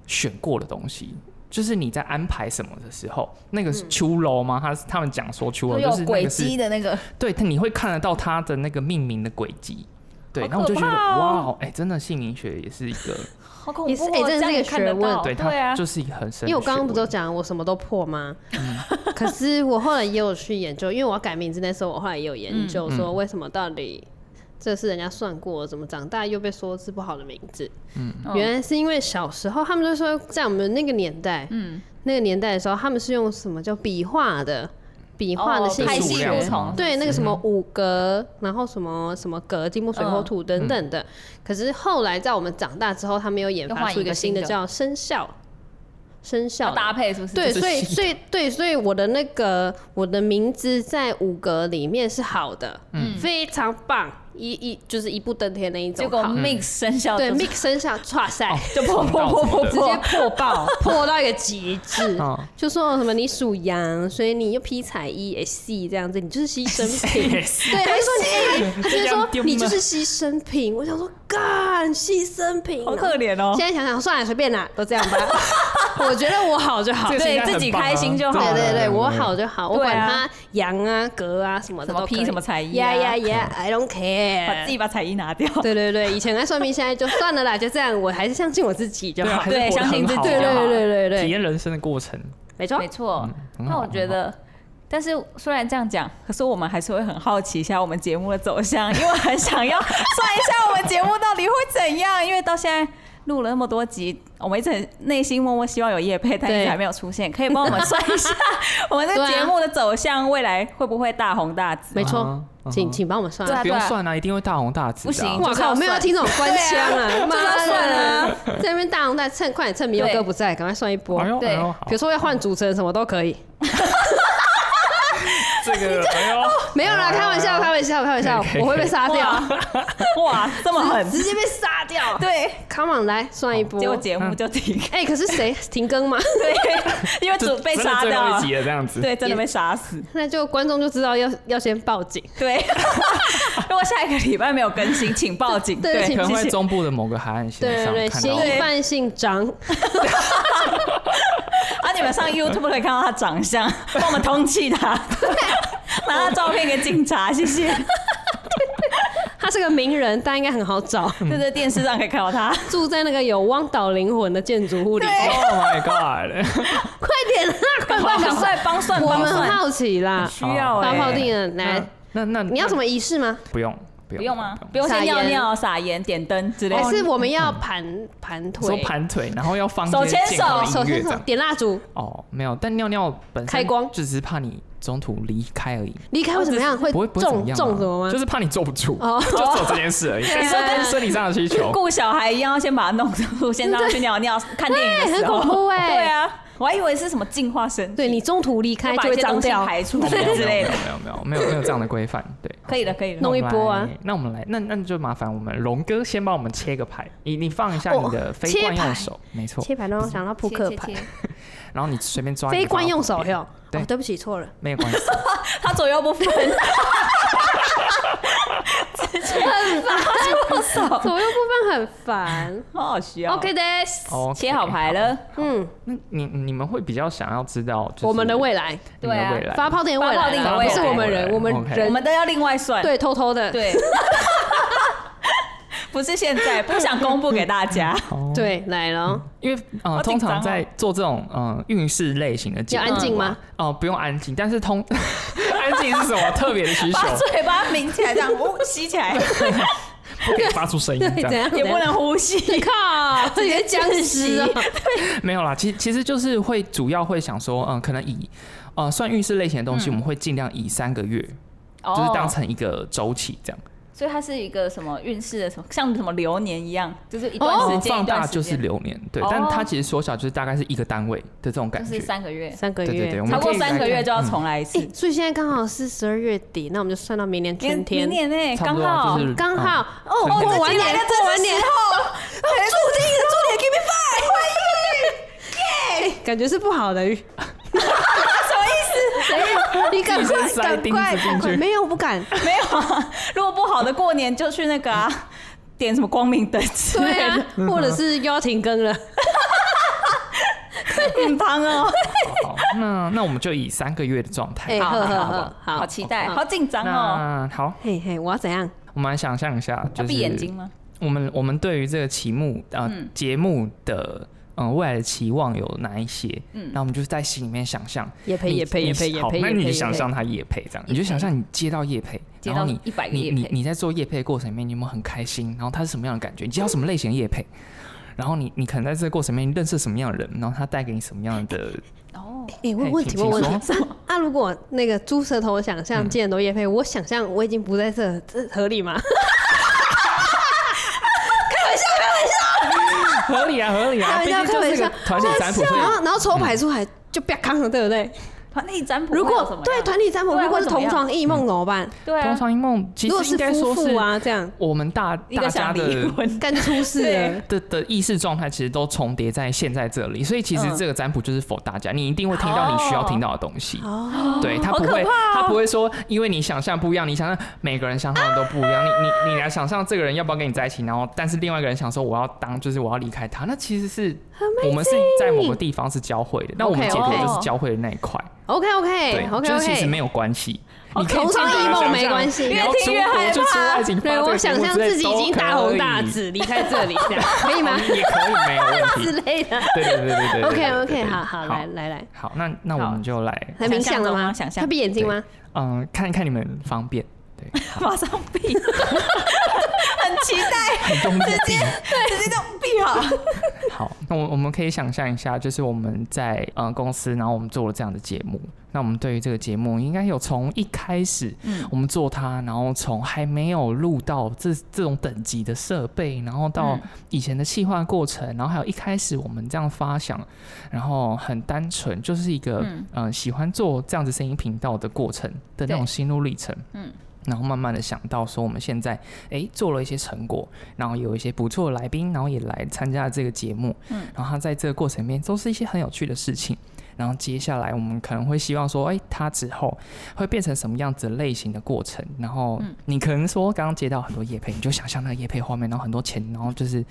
Speaker 3: 选过的东西。就是你在安排什么的时候，那
Speaker 4: 嗯
Speaker 3: 个是秋楼吗？他他们讲说秋楼就
Speaker 5: 有
Speaker 3: 是那
Speaker 5: 轨
Speaker 3: 个是
Speaker 5: 迹的那个，
Speaker 3: 对，它你会看得到它的那个命名的轨迹。对，
Speaker 4: 好
Speaker 3: 然后我就觉得、
Speaker 4: 可怕哦
Speaker 3: 哇，哎、真的姓名学也是一个，
Speaker 4: 好恐怖、
Speaker 1: 也
Speaker 4: 哦，
Speaker 1: 是哎真的
Speaker 4: 这
Speaker 1: 是
Speaker 4: 样也
Speaker 1: 个
Speaker 4: 看得
Speaker 1: 学问
Speaker 4: 到
Speaker 3: 对，
Speaker 4: 对啊
Speaker 3: 它，就是一嗯个很深的学问。
Speaker 1: 因为我刚刚不都讲我什么都破吗？可是我后来也有去研究，因为我要改名字那时候，我后来也有研究
Speaker 3: 嗯
Speaker 1: 说为什么到底这是人家算过，怎么长大又被说是不好的名字？
Speaker 4: 哦
Speaker 1: 原来是因为小时候他们就说，在我们那个年代，
Speaker 5: 嗯，
Speaker 1: 那个年代的时候，他们是用什么叫笔画的，笔画的
Speaker 4: 哦
Speaker 1: 姓
Speaker 5: 派
Speaker 1: 名
Speaker 5: 系
Speaker 3: 数量
Speaker 5: 不同
Speaker 3: 吗，
Speaker 1: 对，那个什么五格，然后什么什么格，金木水火
Speaker 4: 嗯
Speaker 1: 土等等的。可是后来在我们长大之后，他们又研
Speaker 5: 又
Speaker 1: 发
Speaker 5: 换
Speaker 1: 出
Speaker 5: 一
Speaker 1: 一
Speaker 5: 个
Speaker 1: 个新的
Speaker 5: 新的
Speaker 1: 叫生肖，生肖
Speaker 4: 哦
Speaker 5: 要
Speaker 1: 的
Speaker 5: 搭配是不是？
Speaker 1: 对，
Speaker 3: 就是
Speaker 1: 所以
Speaker 3: 新
Speaker 1: 所以对，所以我的那个我的名字在五格里面是好的，
Speaker 5: 嗯
Speaker 1: 非常棒，一一就是一步登天那一种
Speaker 5: 结果
Speaker 1: 好
Speaker 3: 嗯
Speaker 5: mix 生肖
Speaker 1: 对
Speaker 5: 就是
Speaker 1: mix 生肖，哇塞，
Speaker 5: 就破破破破
Speaker 1: 直接
Speaker 5: 破，
Speaker 1: 破 爆，破到一个极致。
Speaker 3: 嗯，
Speaker 1: 就说什么你属羊，所以你又披彩衣诶 C 这样子，你就是牺牲品。对，他 就说哎你，他就说你就是牺牲品。我想说，干牺牲品，
Speaker 4: 好可怜哦。
Speaker 1: 现在想想，算了，随 便啦，都这样吧。我觉得我好就好，
Speaker 3: 这个是应该
Speaker 4: 对自
Speaker 3: 很
Speaker 4: 己
Speaker 3: 棒啊
Speaker 4: 开心就好
Speaker 1: 对
Speaker 4: 了
Speaker 1: 对对，我好就好，我
Speaker 4: 对
Speaker 1: 管
Speaker 4: 啊
Speaker 1: 他羊啊、格啊什么的
Speaker 4: 什
Speaker 1: 都
Speaker 4: 么
Speaker 1: 可以，
Speaker 4: 批什么才艺啊
Speaker 1: 呀呀呀，I don't
Speaker 4: 把自
Speaker 1: care。
Speaker 4: 己把彩衣拿掉，
Speaker 1: 对对对，以前爱算命，现在就算了啦，就这样，我还是相信我自己就
Speaker 3: 对啊，
Speaker 1: 好。
Speaker 3: 还是
Speaker 4: 对
Speaker 3: 活得
Speaker 4: 相信
Speaker 3: 很
Speaker 4: 自己
Speaker 3: 好
Speaker 1: 对
Speaker 4: 就
Speaker 3: 啊
Speaker 1: 对对对
Speaker 3: 体
Speaker 1: 对，
Speaker 3: 验人生的过程，嗯
Speaker 1: 没错
Speaker 4: 没。错。
Speaker 3: 很
Speaker 4: 那
Speaker 3: 好
Speaker 4: 我觉得，但是虽然这样讲，可是我们还是会很好奇一下我们节目的走向，因为我很想要 算一下我们节目到底会怎样。因为到现在录了那么多集，我们一直很内心默默希望有叶配，但一直
Speaker 1: 对啊
Speaker 4: 还没有出现。可以帮我们算一 下我们这个节目的走向，未来会不会大红大紫？
Speaker 1: 没错
Speaker 3: 嗯哼，
Speaker 1: 请请帮我们算
Speaker 4: 对
Speaker 1: 啊。
Speaker 4: 啊
Speaker 3: 不用算啊，一定会大红大紫、啊。
Speaker 4: 不行
Speaker 1: 哇
Speaker 4: 就是要
Speaker 1: 靠！
Speaker 4: 算
Speaker 1: 没有听这种官腔
Speaker 4: 对啊
Speaker 1: 啊，妈
Speaker 4: 就是要算啊
Speaker 1: 的，在那边大红大趁，快点趁米友
Speaker 4: 对
Speaker 1: 哥不在，赶快算一波
Speaker 3: 哎。呦
Speaker 5: 对
Speaker 3: 哎呦，好
Speaker 1: 比如说要换主持人，什么都可以。
Speaker 3: 这 个哎呦，
Speaker 1: 没有啦，
Speaker 3: 哎呦
Speaker 1: 开玩笑，开玩笑，开玩笑
Speaker 3: 可以可，以
Speaker 1: 我会被杀 掉，
Speaker 4: 哇，这么狠！
Speaker 1: 直接被杀掉。
Speaker 4: 对，
Speaker 1: Come on，来算一波
Speaker 4: 结。果节
Speaker 3: 嗯
Speaker 4: 目就停，
Speaker 1: 哎，可是谁停更吗？
Speaker 4: 对，因为主
Speaker 3: 就
Speaker 4: 被
Speaker 3: 真的
Speaker 4: 杀
Speaker 3: 最
Speaker 4: 掉
Speaker 3: 后一
Speaker 4: 了，
Speaker 3: 集了这样子。
Speaker 4: 对，真的被杀死。
Speaker 1: 那就观众就知道要要先报警。
Speaker 4: 对，如果下一个礼拜没有更新，请报警。
Speaker 1: 对
Speaker 4: 对，
Speaker 1: 请
Speaker 3: 可能会
Speaker 4: 谢
Speaker 3: 在
Speaker 4: 谢。
Speaker 3: 中部的某个海岸线
Speaker 1: 对
Speaker 3: 上
Speaker 1: 对对，
Speaker 3: 看
Speaker 1: 嫌
Speaker 3: 到
Speaker 1: 疑犯姓张，
Speaker 4: 啊，你们上 YouTube 可以看到他长 相，帮我们通缉他，拿他照片给警察，谢谢。
Speaker 1: 他是个名人，大家应该很好找，
Speaker 4: 对对，电视上可以看到他。
Speaker 1: 住在那个有汪岛灵魂的建筑物 里。
Speaker 3: ，Oh my God！
Speaker 1: 快点啊，快
Speaker 4: 帮
Speaker 1: 帮我们
Speaker 4: 赶
Speaker 1: 算，
Speaker 4: 快帮算
Speaker 1: 我
Speaker 4: 帮
Speaker 1: 们很
Speaker 4: 算，
Speaker 1: 好奇啦。
Speaker 4: 需要
Speaker 1: 发
Speaker 4: 哎、
Speaker 1: 泡定了，来，
Speaker 3: 那那
Speaker 1: 你要什么仪式吗？
Speaker 3: 不用不用
Speaker 4: 不用吗？不
Speaker 3: 用
Speaker 4: 用先
Speaker 1: 撒
Speaker 4: 尿
Speaker 1: 盐
Speaker 4: 尿、撒盐、点灯之
Speaker 3: 哦
Speaker 4: 类
Speaker 1: 还
Speaker 4: 的。
Speaker 1: 是我们要盘盘
Speaker 3: 嗯说
Speaker 1: 腿？
Speaker 3: 盘哦腿，然后要放一
Speaker 4: 手
Speaker 3: 些
Speaker 4: 牵
Speaker 3: 健康的
Speaker 1: 手
Speaker 3: 音乐
Speaker 1: 牵
Speaker 3: 这
Speaker 1: 手
Speaker 3: 样。
Speaker 1: 点蜡烛，
Speaker 3: 哦，没有，但尿尿本身
Speaker 1: 开光
Speaker 3: 就只是怕你中途离开而已，
Speaker 1: 离开会怎么样？会
Speaker 3: 哦不会不会怎么
Speaker 1: 呃中
Speaker 3: 样啊、
Speaker 1: 中什么吗
Speaker 3: 就？是怕你坐不住，
Speaker 1: 哦
Speaker 3: 就走这件事而已。但是但是生理上的需 求，
Speaker 4: 顾小孩一样，要先把他弄住，先让他去尿 尿。看电影的时候，
Speaker 1: 很恐怖哎
Speaker 4: 对啊，我还以为是什么净化身体，
Speaker 1: 对你中途离开
Speaker 4: 要把
Speaker 1: 就
Speaker 4: 一
Speaker 1: 会
Speaker 4: 些
Speaker 1: 脏
Speaker 4: 东西
Speaker 1: 掉。
Speaker 4: 排除
Speaker 3: 哦没有
Speaker 4: 之 类的。
Speaker 3: 没有没有没有没有没有这样的规范，对。
Speaker 4: 可以了，可以了。
Speaker 1: 弄一波啊
Speaker 3: 那我们来，那那就麻烦我们龙哥先帮我们切个牌，你你放一下你的非惯用手，没错，
Speaker 1: 哦切牌让我想到扑克牌，
Speaker 3: 然后你随便抓一个
Speaker 1: 非惯用手
Speaker 3: 放到
Speaker 1: 哟
Speaker 3: 旁。边
Speaker 1: 哦，
Speaker 3: 对，
Speaker 1: 对不起，错了。
Speaker 3: 没有 关系，
Speaker 4: 他左右不分，哦
Speaker 1: 左右部分很 烦。
Speaker 4: 好好笑。
Speaker 1: OK 的，
Speaker 3: 哦，
Speaker 4: 切好牌。了，
Speaker 1: 嗯，
Speaker 3: 那你你们会比较想要知道就是
Speaker 1: 我们的未来，
Speaker 3: 你们的
Speaker 4: 对啊
Speaker 3: 未来
Speaker 1: 发泡店未
Speaker 4: 发
Speaker 1: 来
Speaker 4: 泡店
Speaker 1: 啦，
Speaker 4: 的未来
Speaker 1: 不是我们人，
Speaker 3: OK
Speaker 1: 我们
Speaker 4: 我
Speaker 1: 人
Speaker 4: 们都要另外算。
Speaker 1: 对偷偷的，
Speaker 4: 对， 不是现在，不想公布给 大家。
Speaker 1: 对来了，
Speaker 3: 哦因为呃，
Speaker 4: 好紧
Speaker 3: 通
Speaker 4: 张哦
Speaker 3: 常在做这种嗯运势类型的节
Speaker 1: 要
Speaker 3: 目啊，
Speaker 1: 安静吗
Speaker 3: 哦、不用安静，但是通 安静是什么特别的需 求
Speaker 1: 啊
Speaker 4: 把？嘴巴抿起来，这样呼吸起来，
Speaker 3: 不可以发出声音 嗯这
Speaker 1: 对，怎
Speaker 3: 样
Speaker 1: 样
Speaker 4: 也不。能呼
Speaker 1: 怎
Speaker 4: 吸。
Speaker 1: 样靠，这些僵尸啊！
Speaker 3: 没有啦。其其实就是会主要会想说，嗯、可能以
Speaker 1: 嗯
Speaker 4: 哦
Speaker 3: 呃算运势类型的东西，我们会尽量以三个月，就是当成一个周期这样。
Speaker 4: 所以它是一个什么运势的什么，像什么流年一样，就是一段
Speaker 1: 哦
Speaker 4: 时间、
Speaker 3: 放
Speaker 4: 一
Speaker 3: 大
Speaker 4: 段
Speaker 3: 就
Speaker 4: 时
Speaker 3: 是
Speaker 4: 间，
Speaker 3: 流年，对
Speaker 4: 哦，
Speaker 3: 但它其实缩小就是大概是一个单位的这种感
Speaker 4: 就
Speaker 3: 觉
Speaker 4: 是。三个月，
Speaker 1: 三个
Speaker 3: 对
Speaker 1: 月。
Speaker 3: 对对，我们
Speaker 4: 超过
Speaker 3: 可以来
Speaker 4: 三个月
Speaker 3: 看
Speaker 4: 就要
Speaker 3: 嗯
Speaker 4: 重来一次。
Speaker 1: 诶所以现在刚好是十二月底，那我们就算到明年春
Speaker 4: 明
Speaker 1: 天，
Speaker 4: 明年呢，
Speaker 3: 嗯差
Speaker 4: 刚
Speaker 3: 不多
Speaker 4: 好
Speaker 3: 啊就是
Speaker 1: 刚好
Speaker 3: 嗯
Speaker 1: 哦，
Speaker 3: 春天
Speaker 1: 过
Speaker 4: 来
Speaker 1: 完年
Speaker 4: 的哎真是哦
Speaker 1: 过完年后，
Speaker 4: 注定哎注定 give me five，
Speaker 1: 感觉是不好的。
Speaker 4: 什么意思？
Speaker 1: 你赶
Speaker 3: 自己
Speaker 1: 快
Speaker 3: 先塞
Speaker 1: 赶
Speaker 3: 钉子
Speaker 1: 快
Speaker 3: 进
Speaker 1: 赶快，
Speaker 3: 去
Speaker 1: 没有不 敢。
Speaker 4: 没有啊，如果不好的过年就去那个啊，点什么光明灯之
Speaker 1: 对
Speaker 4: 类
Speaker 1: 啊
Speaker 4: 的，，
Speaker 3: 嗯
Speaker 1: 或者是又要停更 了。
Speaker 4: 很汤哦。
Speaker 3: 好，那那我们就以三个月的状态
Speaker 1: 哎，
Speaker 4: 啊
Speaker 3: 好
Speaker 1: 呵
Speaker 3: 不
Speaker 1: 呵
Speaker 3: 好
Speaker 1: 呵，？
Speaker 4: 好
Speaker 1: 好，
Speaker 4: 期待，
Speaker 1: 好
Speaker 4: 好紧张哦。
Speaker 3: 那好，
Speaker 1: 嘿嘿，我要怎样？
Speaker 3: 我们来想象一下，就
Speaker 4: 要
Speaker 3: 是
Speaker 4: 闭眼睛吗？
Speaker 3: 我们我们对于这个题目呃节目的嗯未来的期望有哪一些？嗯，那我们就是在心里面想象
Speaker 1: 也配
Speaker 3: 你
Speaker 1: 也配
Speaker 3: 你
Speaker 1: 也配也
Speaker 3: 好
Speaker 1: 配
Speaker 3: 那
Speaker 1: 也
Speaker 3: 你
Speaker 1: 配
Speaker 3: 想
Speaker 1: 也
Speaker 3: 象他夜配这样，你就
Speaker 4: 业配
Speaker 3: 想象你接到夜配，
Speaker 4: 接
Speaker 3: 然后
Speaker 4: 到
Speaker 3: 你
Speaker 4: 100个
Speaker 3: 你
Speaker 4: 业
Speaker 3: 你
Speaker 4: 配
Speaker 3: 你在做夜配的过程里面，你有没有很开心？然后它是什么样的感觉？你接到什么类型的夜配？然后你你可能在这个过程里面认识什么样的人，然后他带给你什么样的
Speaker 4: 哦，
Speaker 1: 哎、我
Speaker 3: 嘿
Speaker 1: 有问
Speaker 3: 请
Speaker 1: 题，
Speaker 3: 请
Speaker 1: 我有问
Speaker 3: 说嗯
Speaker 1: 题。啊，如果那个猪舌头想象见罗叶配，我想象我已经不在这，这合理吗？
Speaker 3: 合理啊合理 啊，
Speaker 1: 开玩
Speaker 3: 毕
Speaker 1: 笑
Speaker 3: 竟就是个
Speaker 1: 开
Speaker 3: 团
Speaker 1: 玩
Speaker 3: 体占卜，啊嗯所以
Speaker 1: 然后然后抽牌出来就不要康了，对不对？
Speaker 4: 团体占卜
Speaker 1: 如
Speaker 4: 会有什
Speaker 1: 果
Speaker 4: 么
Speaker 1: 对
Speaker 4: 样
Speaker 1: 团体占卜，
Speaker 4: 对啊
Speaker 1: 如果
Speaker 4: 会
Speaker 1: 是
Speaker 4: 怎么
Speaker 1: 同
Speaker 4: 样
Speaker 1: 床异梦怎么办？
Speaker 4: 对
Speaker 3: 东
Speaker 4: 啊，
Speaker 3: 方一梦其
Speaker 1: 如果
Speaker 3: 实应
Speaker 1: 是
Speaker 3: 该说
Speaker 1: 夫
Speaker 3: 是
Speaker 1: 妇啊，这样
Speaker 3: 我们大
Speaker 4: 一
Speaker 3: 大
Speaker 4: 个
Speaker 3: 家
Speaker 4: 想
Speaker 3: 的
Speaker 4: 离 婚，
Speaker 1: 干就出事了。
Speaker 3: 的的意识状态其实都重叠在现在这里，所以其实
Speaker 4: 嗯
Speaker 3: 这个占卜就是否大家，你一定会听到你需要听到的东西。
Speaker 1: 哦，
Speaker 3: 对他
Speaker 4: 好
Speaker 3: 不
Speaker 4: 可
Speaker 3: 会，
Speaker 4: 怕哦
Speaker 3: 他不会说，因为你想象不一样，你想象每个人想象的都不一样。你你你来想象这个人要不要跟你在一起，然后但是另外一个人想说我要当，就是我要离开他，那其实是我们是在某个地方是交汇的，那我们
Speaker 1: OK，哎
Speaker 3: 解脱
Speaker 4: OK
Speaker 3: 就是交汇的那一块。
Speaker 1: OK
Speaker 3: 对
Speaker 1: OK，OK
Speaker 3: 就是其实没
Speaker 1: OK。
Speaker 3: 有关系，
Speaker 4: OK，
Speaker 3: 你可以
Speaker 1: 同床
Speaker 3: 尽量
Speaker 1: 异梦
Speaker 3: 想
Speaker 1: 没
Speaker 3: 象
Speaker 1: 关系
Speaker 3: 你要
Speaker 4: 越听
Speaker 3: 出
Speaker 4: 越
Speaker 3: 国
Speaker 4: 害
Speaker 3: 就出
Speaker 4: 怕
Speaker 3: 爱情
Speaker 1: 对，
Speaker 3: 发
Speaker 1: 我
Speaker 3: 这个
Speaker 1: 想
Speaker 3: 题目
Speaker 1: 象
Speaker 3: 之类
Speaker 1: 自己已
Speaker 3: 都
Speaker 1: 经大
Speaker 3: 可
Speaker 1: 红
Speaker 3: 以
Speaker 1: 大紫，离开这里，这样可以吗？
Speaker 3: 也可以没有问
Speaker 1: 之
Speaker 3: 题。
Speaker 1: 类的。
Speaker 3: 对对对对对对
Speaker 1: OK
Speaker 3: 对
Speaker 1: OK，
Speaker 3: 对
Speaker 1: 好好来来来，
Speaker 3: 好，那那我们就来，
Speaker 1: 来冥想了吗？
Speaker 4: 想象
Speaker 1: 他闭眼睛吗？
Speaker 3: 嗯、看一看你们方便， 对，好，
Speaker 4: 马上 闭，很期待，
Speaker 3: 很用力地闭
Speaker 4: 直接就闭好。
Speaker 3: 好，那我我们可以想象一下，就是我们在呃公司，然后我们做了这样的节目。那我们对于这个节目，应该有从一开始，
Speaker 1: 嗯
Speaker 3: 我们做它，然后从还没有录到这这种等级的设备，然后到
Speaker 4: 嗯
Speaker 3: 以前的企划过程，然后还有一开始我们这样发想，然后很单纯，就是一个
Speaker 4: 嗯
Speaker 3: 呃喜欢做这样子声音频道的过程的那种
Speaker 4: 对
Speaker 3: 心路历程。
Speaker 4: 嗯
Speaker 3: 然后慢慢的想到说，我们现在诶做了一些成果，然后有一些不错的来宾，然后也来参加这个节目，
Speaker 4: 嗯
Speaker 3: 然后他在这个过程里面都是一些很有趣的事情。然后接下来我们可能会希望说，诶，哎他之后会变成什么样子类型的过程？然后
Speaker 4: 嗯
Speaker 3: 你可能说刚刚接到很多叶配，你就想象那个叶配画面，然后很多钱，然后就是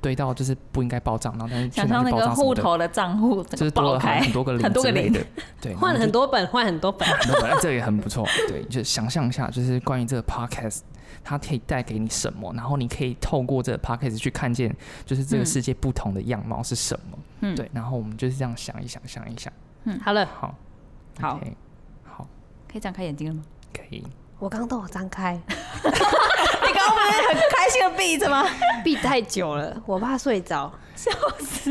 Speaker 3: 堆到就是不应该暴涨，然后但是去
Speaker 4: 想
Speaker 3: 哪
Speaker 4: 象
Speaker 3: 里
Speaker 4: 那
Speaker 3: 暴
Speaker 4: 个
Speaker 3: 涨什么
Speaker 4: 户
Speaker 3: 的，
Speaker 4: 头的账户整
Speaker 3: 就是
Speaker 4: 个
Speaker 3: 多
Speaker 4: 爆
Speaker 3: 了
Speaker 4: 开，
Speaker 3: 很多 个
Speaker 4: 很
Speaker 3: 零
Speaker 4: 多
Speaker 3: 之
Speaker 4: 个
Speaker 3: 类
Speaker 4: 零
Speaker 3: 的， 对，然
Speaker 1: 换
Speaker 3: 后
Speaker 1: 了
Speaker 3: 就
Speaker 1: 很多本， 换很多本。
Speaker 3: 那本来这个也很不错，对，就想象一下，就是关于这个 podcast，它可以带给你什么，然后你可以透过这个 podcast 去看见，就是这个世界不同的样貌是什么，
Speaker 4: 嗯
Speaker 3: 对，然后我们就是这样想一想，想一想，
Speaker 1: 好了，
Speaker 3: 好，
Speaker 4: 好
Speaker 3: OK，好，
Speaker 4: 可以张开眼睛了吗？
Speaker 3: 可以，
Speaker 1: 我刚都有张开，
Speaker 4: 你刚刚不是很开心的闭着吗？
Speaker 1: 闭太久了，我怕睡着。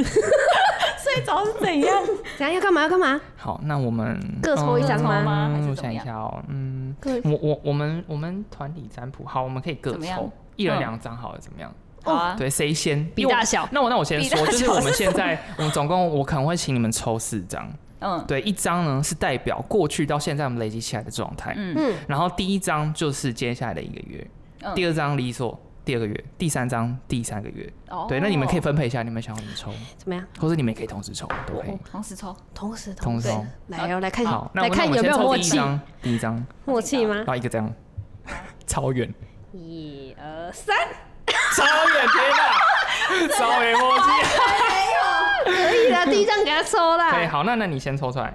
Speaker 4: 睡着是怎样？
Speaker 1: 等下要干嘛？要干嘛？
Speaker 3: 好，那我们
Speaker 1: 各抽一张吗
Speaker 3: 嗯
Speaker 4: 还是
Speaker 3: 我
Speaker 4: 怎么
Speaker 3: 想一
Speaker 4: 样
Speaker 3: 下哦，嗯，
Speaker 1: 各
Speaker 3: 我我我们我们团体占卜，好，我们可以各
Speaker 4: 怎么样
Speaker 3: 抽，一人
Speaker 4: 嗯
Speaker 3: 两张好了，怎么样？
Speaker 4: 好啊，
Speaker 3: 对，谁先？
Speaker 1: 比
Speaker 3: 因为我
Speaker 1: 大小
Speaker 3: 那我那我先
Speaker 4: 比
Speaker 3: 说，
Speaker 4: 大
Speaker 3: 就是
Speaker 4: 小
Speaker 3: 我
Speaker 4: 是
Speaker 3: 们
Speaker 4: 什
Speaker 3: 现在，我们总共我可能会请你们抽四张。
Speaker 4: 嗯
Speaker 3: 对，一张呢是代表过去到现在我们累积起来的状态，
Speaker 4: 嗯
Speaker 1: 嗯，
Speaker 3: 然后第一张就是接下来的一个月，
Speaker 4: 嗯
Speaker 3: 第二张理所第二个月，第三张第三个月。
Speaker 4: 哦
Speaker 3: 对，那你们可以分配一下，你们想要怎么抽，
Speaker 1: 怎么样？
Speaker 3: 或者你们也可以同时抽，都可以。
Speaker 4: 同时抽，
Speaker 1: 同时，
Speaker 3: 同时
Speaker 1: 时
Speaker 3: 哦，
Speaker 1: 来哦，来看
Speaker 3: 好，，那
Speaker 1: 来
Speaker 3: 我那
Speaker 1: 看
Speaker 3: 我们
Speaker 1: 有
Speaker 3: 先
Speaker 1: 没有
Speaker 3: 抽
Speaker 1: 默
Speaker 3: 第一
Speaker 1: 契，嗯
Speaker 3: 张，第一张，
Speaker 1: 默契吗
Speaker 3: 然？后一个这样，超远，
Speaker 1: 一
Speaker 4: 呃
Speaker 1: 二三，
Speaker 3: 超远，天 哪，超远默契。
Speaker 1: 可以了，第一张给他抽
Speaker 3: 可以，
Speaker 1: 啦。
Speaker 3: 好，那那你先抽出来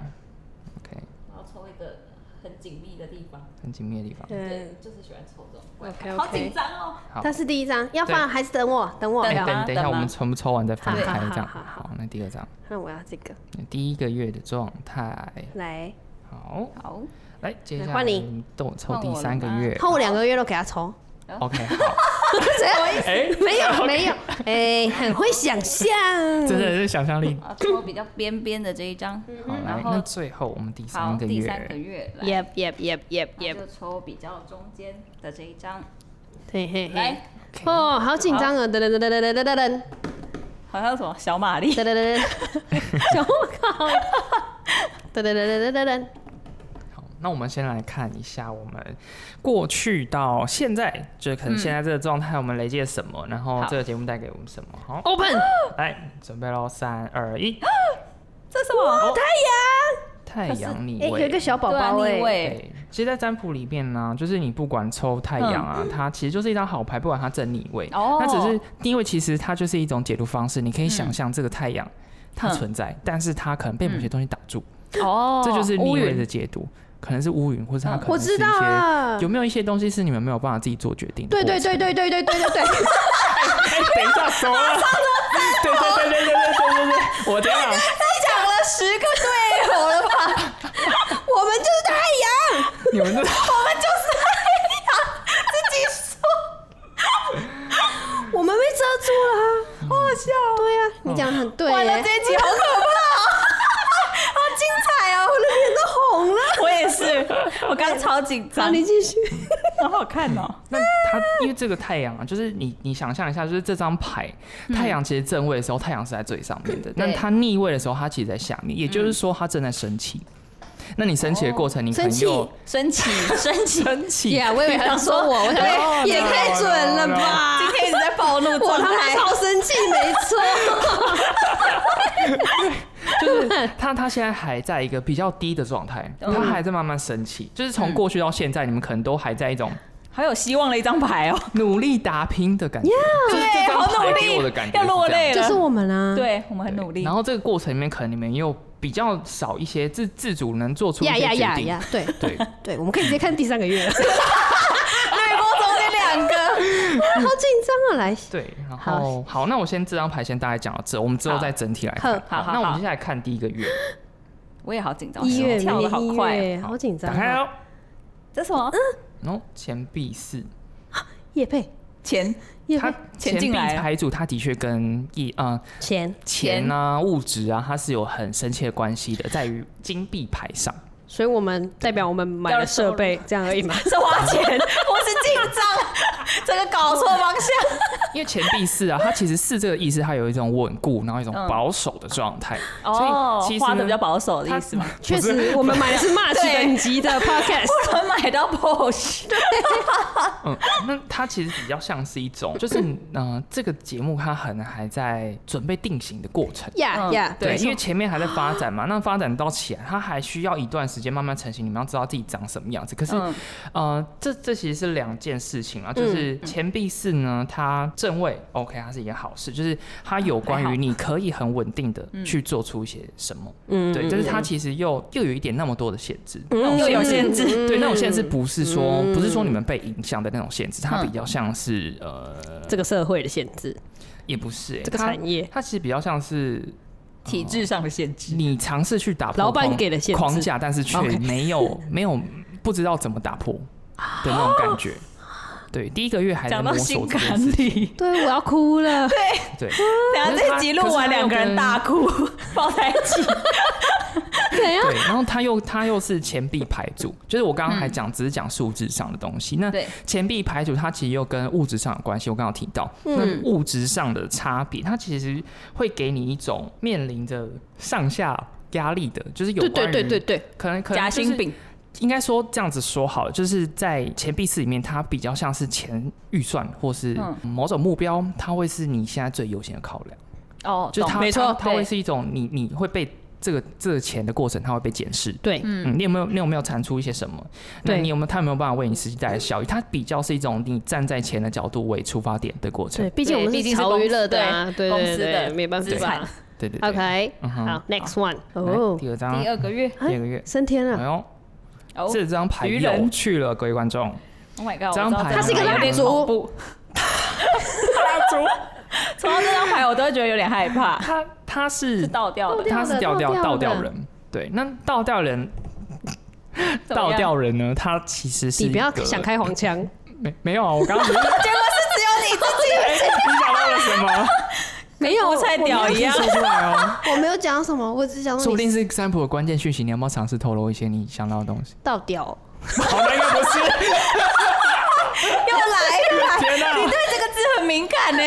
Speaker 3: ，OK，
Speaker 4: 然后抽一个很紧密的地方，
Speaker 3: 很紧密的地方。
Speaker 1: 嗯
Speaker 4: 就是喜欢抽这种。
Speaker 1: ，OK
Speaker 4: 好紧
Speaker 1: OK。
Speaker 4: 张哦！
Speaker 3: 好
Speaker 1: 他是第一张，要放
Speaker 3: 对
Speaker 1: 还是等我？等我。
Speaker 4: 等
Speaker 3: 哎
Speaker 4: 啊
Speaker 3: 等等一
Speaker 4: 等
Speaker 3: 下，
Speaker 4: 啊
Speaker 3: 我们全部抽完再翻
Speaker 1: 好
Speaker 3: 开，
Speaker 1: 好
Speaker 3: 这样。
Speaker 1: 好好
Speaker 3: 好，那第二张，
Speaker 1: 那我要这个，
Speaker 3: 第一个月的状态，
Speaker 1: 来，
Speaker 3: 好。
Speaker 4: 好，
Speaker 3: 来，接
Speaker 1: 来
Speaker 3: 下来
Speaker 1: 换你
Speaker 3: 动抽
Speaker 4: 换
Speaker 3: 第
Speaker 4: 我了
Speaker 3: 三个
Speaker 4: 吗
Speaker 3: 月。
Speaker 1: 后两个月都给他抽。
Speaker 3: OK，好，
Speaker 1: 怎样？
Speaker 3: 哎，
Speaker 1: 没有没有，哎，很会想象。
Speaker 3: 真的是想象力。
Speaker 4: 啊，抽比较边边的这一张，
Speaker 3: 好，来
Speaker 4: 嗯然，后
Speaker 3: 那最后我们第
Speaker 4: 好，
Speaker 3: 三个
Speaker 4: 第三个
Speaker 3: 月，
Speaker 4: 月来，
Speaker 1: Yep yep yep yep
Speaker 4: 然
Speaker 1: yep
Speaker 4: 后。就抽比较中间的这一张，
Speaker 1: 嘿嘿嘿。
Speaker 4: 来，
Speaker 1: 哦，好紧张啊！噔噔噔噔噔噔噔噔
Speaker 4: 好像什么小玛丽
Speaker 1: 噔噔，噔噔，小我靠！噔噔噔噔噔噔，
Speaker 3: 好，那我们先来看一下我们过去到现在，就是可能现在这个状态，我们累积了什么，然后
Speaker 4: 嗯好
Speaker 3: 这个节目带给我们什么。好，
Speaker 1: Open，
Speaker 3: 来准备喽，三二一，
Speaker 4: 这是什么？哦
Speaker 3: 太阳逆
Speaker 5: 哎，有一个
Speaker 3: 位。
Speaker 5: 小宝
Speaker 4: 对啊
Speaker 5: 宝
Speaker 4: 逆
Speaker 5: 哎，
Speaker 4: 位
Speaker 3: 对，其实，在占卜里面呢、就是你不管抽太阳啊，
Speaker 1: 嗯
Speaker 3: 它其实就是一张好牌，不管它正逆位，
Speaker 4: 哦
Speaker 3: 那只是逆位，其实它就是一种解读方式。你可以想象这个太阳它
Speaker 4: 嗯
Speaker 3: 存在，但是它可能被某些东西挡住，
Speaker 1: 嗯
Speaker 4: 哦，
Speaker 3: 这就是逆
Speaker 4: 乌
Speaker 3: 位的
Speaker 4: 云，
Speaker 3: 解读，可能是乌云，或者它可
Speaker 1: 哦我
Speaker 3: 能是
Speaker 1: 知
Speaker 3: 一
Speaker 1: 道
Speaker 3: 些
Speaker 1: 了。
Speaker 3: 有没有一些东西是你们没有办法自己做决定的？
Speaker 1: 对对对对对对对对 对，
Speaker 3: 哎，等一下，什么？对对对对对对对对，我这样，
Speaker 5: 讲了十个对头了吧？我们就是太阳，
Speaker 3: 你们这
Speaker 1: 我们被遮住了啊，好好笑。对啊，你讲的很对耶。
Speaker 5: 完了这一集好可怕哦，好精彩哦，我的脸都红了。
Speaker 4: 我也是，我刚超紧
Speaker 1: 好，
Speaker 4: 张，
Speaker 1: 你继续。
Speaker 4: 好好看哦。
Speaker 3: 那它因为这个太阳啊，就是你你想象一下，就是这张牌，
Speaker 4: 嗯
Speaker 3: 太阳其实正位的时候，太阳是在最上面的，那它逆位的时候，它其实在下
Speaker 4: 嗯
Speaker 3: 面，也就是说它正在生气。那你生气的过程，你可
Speaker 1: 生
Speaker 3: 能
Speaker 1: 气
Speaker 3: 又
Speaker 4: 升旗， 升旗，
Speaker 3: 生气，
Speaker 1: Yeah，我以为他说我，我想 说
Speaker 3: No，
Speaker 1: 也太准了
Speaker 3: no，no，no
Speaker 1: 吧。
Speaker 4: 今天一直在暴怒
Speaker 1: 我
Speaker 4: 状
Speaker 1: 他妈
Speaker 4: 态，
Speaker 1: 超生气，没错。
Speaker 3: 就是他他现在还在一个比较低的状态，
Speaker 4: 嗯
Speaker 3: 他还在慢慢生气，就是从过去到现在，你们可能都还在一种
Speaker 4: 好有希望的一张牌哦。
Speaker 3: 努力打拼的感觉，就是
Speaker 4: 对
Speaker 3: 这张
Speaker 4: 好努
Speaker 3: 牌给
Speaker 4: 力
Speaker 3: 我的感觉
Speaker 4: 要
Speaker 3: 是这
Speaker 4: 落
Speaker 3: 样
Speaker 4: 泪了
Speaker 1: 就是我们啊。
Speaker 4: 对我们很努力，
Speaker 3: 然后这个过程里面，可能你们又比较少一些自自主能做出一
Speaker 1: 呀
Speaker 3: 些
Speaker 1: 呀
Speaker 3: 决
Speaker 1: 呀
Speaker 3: 定。
Speaker 1: 呀！对
Speaker 3: 对，
Speaker 1: 对，我们可以直接看第三个 月了，
Speaker 4: 对，我总得两个。
Speaker 1: 好紧张啊！来，
Speaker 3: 对，然后好，那我先这张牌先大概讲到这，我们之后
Speaker 4: 好
Speaker 3: 再整体来看。
Speaker 4: 好好
Speaker 3: 那我们
Speaker 4: 好
Speaker 3: 接下来看第一个月，
Speaker 4: 我也好紧张，
Speaker 1: 一月
Speaker 4: 跳
Speaker 1: 明
Speaker 4: 的好
Speaker 1: 年一
Speaker 4: 快哦。嗯
Speaker 1: 月，哦好紧张
Speaker 3: 打
Speaker 1: 啊。
Speaker 3: 开哦，
Speaker 4: 这什么？
Speaker 3: 喏，钱币 四，
Speaker 1: 叶佩，
Speaker 4: 钱
Speaker 1: 叶
Speaker 3: 它
Speaker 1: 佩，
Speaker 3: 钱
Speaker 4: 钱
Speaker 3: 币
Speaker 4: 进来了
Speaker 3: 牌组，它的确跟一呃
Speaker 1: 钱
Speaker 3: 钱啊、物质啊，它是有很深切的关系的，在于金币牌上。
Speaker 1: 所以我们代表我们买了设备，这样而已 嘛。
Speaker 4: 是花 钱，我是进账，这个搞错方向。
Speaker 3: 因为钱币四啊，它其实四这个意思，它有一种稳固，然后一种
Speaker 4: 嗯哦
Speaker 3: 保守的状态。所以其实
Speaker 4: 花的
Speaker 3: 呢
Speaker 4: 比较保守的
Speaker 3: 它
Speaker 4: 意思嘛。
Speaker 1: 确实，我们买的是 March
Speaker 4: 对
Speaker 1: 等级的 Podcast。
Speaker 4: 不能买到 Bosch，
Speaker 3: 嗯，那它其实比较像是一种，就是嗯、呃这个节目它可能还在准备定型的过程。
Speaker 1: 呀
Speaker 4: 嗯
Speaker 1: 呀，
Speaker 3: 对，
Speaker 4: 没错
Speaker 3: 因为前面还在发展嘛，
Speaker 1: 啊
Speaker 3: 那发展到起来，它还需要一段时间慢慢成型。你们要知道自己长什么样子。可是，
Speaker 4: 嗯
Speaker 3: 呃，这这其实是两件事情啊。
Speaker 1: 嗯
Speaker 3: 就是钱币四呢，它正位 OK，它是一件好事，就是它有关
Speaker 4: 还
Speaker 3: 于
Speaker 4: 好
Speaker 3: 你可以很稳定的去做出一些什么。
Speaker 1: 嗯
Speaker 3: 对，但是它其实又又有一点那么多的限制。
Speaker 1: 嗯
Speaker 4: 又有限制
Speaker 3: 对，那种限制不是说、不是说你们被影响的那种限制，它
Speaker 1: 嗯
Speaker 3: 比较像是呃，
Speaker 1: 这个社会的限制，
Speaker 3: 也不是、欸、
Speaker 1: 这个
Speaker 3: 它
Speaker 1: 产业
Speaker 3: 它其实比较像是
Speaker 4: 体制上的限制。
Speaker 3: 你尝试去打破
Speaker 1: 老板
Speaker 3: 框
Speaker 1: 给的限制
Speaker 3: 框架，但是却
Speaker 1: OK
Speaker 3: 没 有没有不知道怎么打破的那种感觉。对，第一个月还在
Speaker 4: 讲
Speaker 3: 摸
Speaker 4: 到
Speaker 3: 索
Speaker 4: 心
Speaker 3: 这件
Speaker 4: 坎
Speaker 3: 事情。
Speaker 4: 里，
Speaker 1: 对，我要哭了。
Speaker 3: 对，
Speaker 4: 等下
Speaker 3: 可是他
Speaker 4: 这集录完，两个人大哭，抱在一起。
Speaker 1: 怎样？
Speaker 3: 对，然后它又它又是钱币牌组，就是我刚刚还讲、只是讲数字上的东西。那
Speaker 4: 对
Speaker 3: 钱币牌组它其实又跟物质上有关系，我刚刚有提到，
Speaker 1: 嗯
Speaker 3: 那物质上的差别，它其实会给你一种面临着上下压力的，就是有
Speaker 1: 对
Speaker 3: 关
Speaker 1: 对
Speaker 3: 于
Speaker 1: 对对对，
Speaker 3: 可能可能
Speaker 4: 夹
Speaker 3: 就是
Speaker 4: 心饼，
Speaker 3: 应该说这样子说好了，就是在钱币四里面，它比较像是钱预算或是
Speaker 4: 嗯
Speaker 3: 某种目标，它会是你现在最优先的考量，
Speaker 4: 哦，
Speaker 3: 就是它
Speaker 4: 懂
Speaker 3: 它它会是一种你你会被这个这个钱的过程，它会被检视。
Speaker 1: 对，
Speaker 3: 嗯，你有没有你有没有产出一些什么？那
Speaker 1: 对
Speaker 3: 你有没有他有没有办法为你实际带来效益？它比较是一种你站在钱的角度为出发点的过程
Speaker 1: 对，。毕竟我们
Speaker 4: 毕竟
Speaker 1: 是
Speaker 4: 是
Speaker 1: 潮
Speaker 4: 公
Speaker 1: 娱
Speaker 4: 司
Speaker 1: 乐的啊，
Speaker 4: 对
Speaker 1: 对
Speaker 4: 公
Speaker 1: 对
Speaker 4: 司
Speaker 1: 对，
Speaker 4: 的
Speaker 1: 没办
Speaker 4: 资
Speaker 1: 法
Speaker 4: 产。
Speaker 3: 对对对。
Speaker 1: OK，
Speaker 3: 嗯哼
Speaker 1: 好，Next one，
Speaker 3: 来
Speaker 1: 哦，
Speaker 3: 第二张，
Speaker 4: 第二个月。
Speaker 3: 第二个月，
Speaker 1: 升天
Speaker 3: 哎
Speaker 1: 了，
Speaker 3: 呦，
Speaker 4: 哦
Speaker 3: 这张牌
Speaker 4: 愚
Speaker 3: 有
Speaker 4: 人
Speaker 3: 趣了，各位观众。
Speaker 4: Oh my god！
Speaker 3: 这张牌它是一个
Speaker 4: 蜡
Speaker 3: 蜡烛
Speaker 4: 烛，蜡烛。 抽到这张牌，我都会觉得有点害怕，
Speaker 3: 它它是
Speaker 4: 是倒掉的，
Speaker 3: 他是调调
Speaker 1: 倒
Speaker 3: 倒
Speaker 1: 吊的
Speaker 3: 吊人，对，那倒吊人
Speaker 4: 怎么
Speaker 3: 倒
Speaker 4: 样
Speaker 3: 吊人呢？他其实是
Speaker 1: 你不要
Speaker 3: 一个
Speaker 1: 想，开黄腔，
Speaker 3: 没没有啊？我刚刚只是
Speaker 4: 结果是只有你自己。
Speaker 3: 哎，你想到了什么？
Speaker 1: 没 有，
Speaker 4: 菠菜屌一样
Speaker 3: 说出来哦，
Speaker 1: 我没有讲什么，我只是想
Speaker 3: 说
Speaker 1: 说
Speaker 3: 不
Speaker 1: 你
Speaker 3: 定是占卜的关键讯息，你要不要尝试透露一些你 想到的东西？
Speaker 1: 倒掉。
Speaker 3: 好，那个不是，
Speaker 4: 又来又来，敏感呢、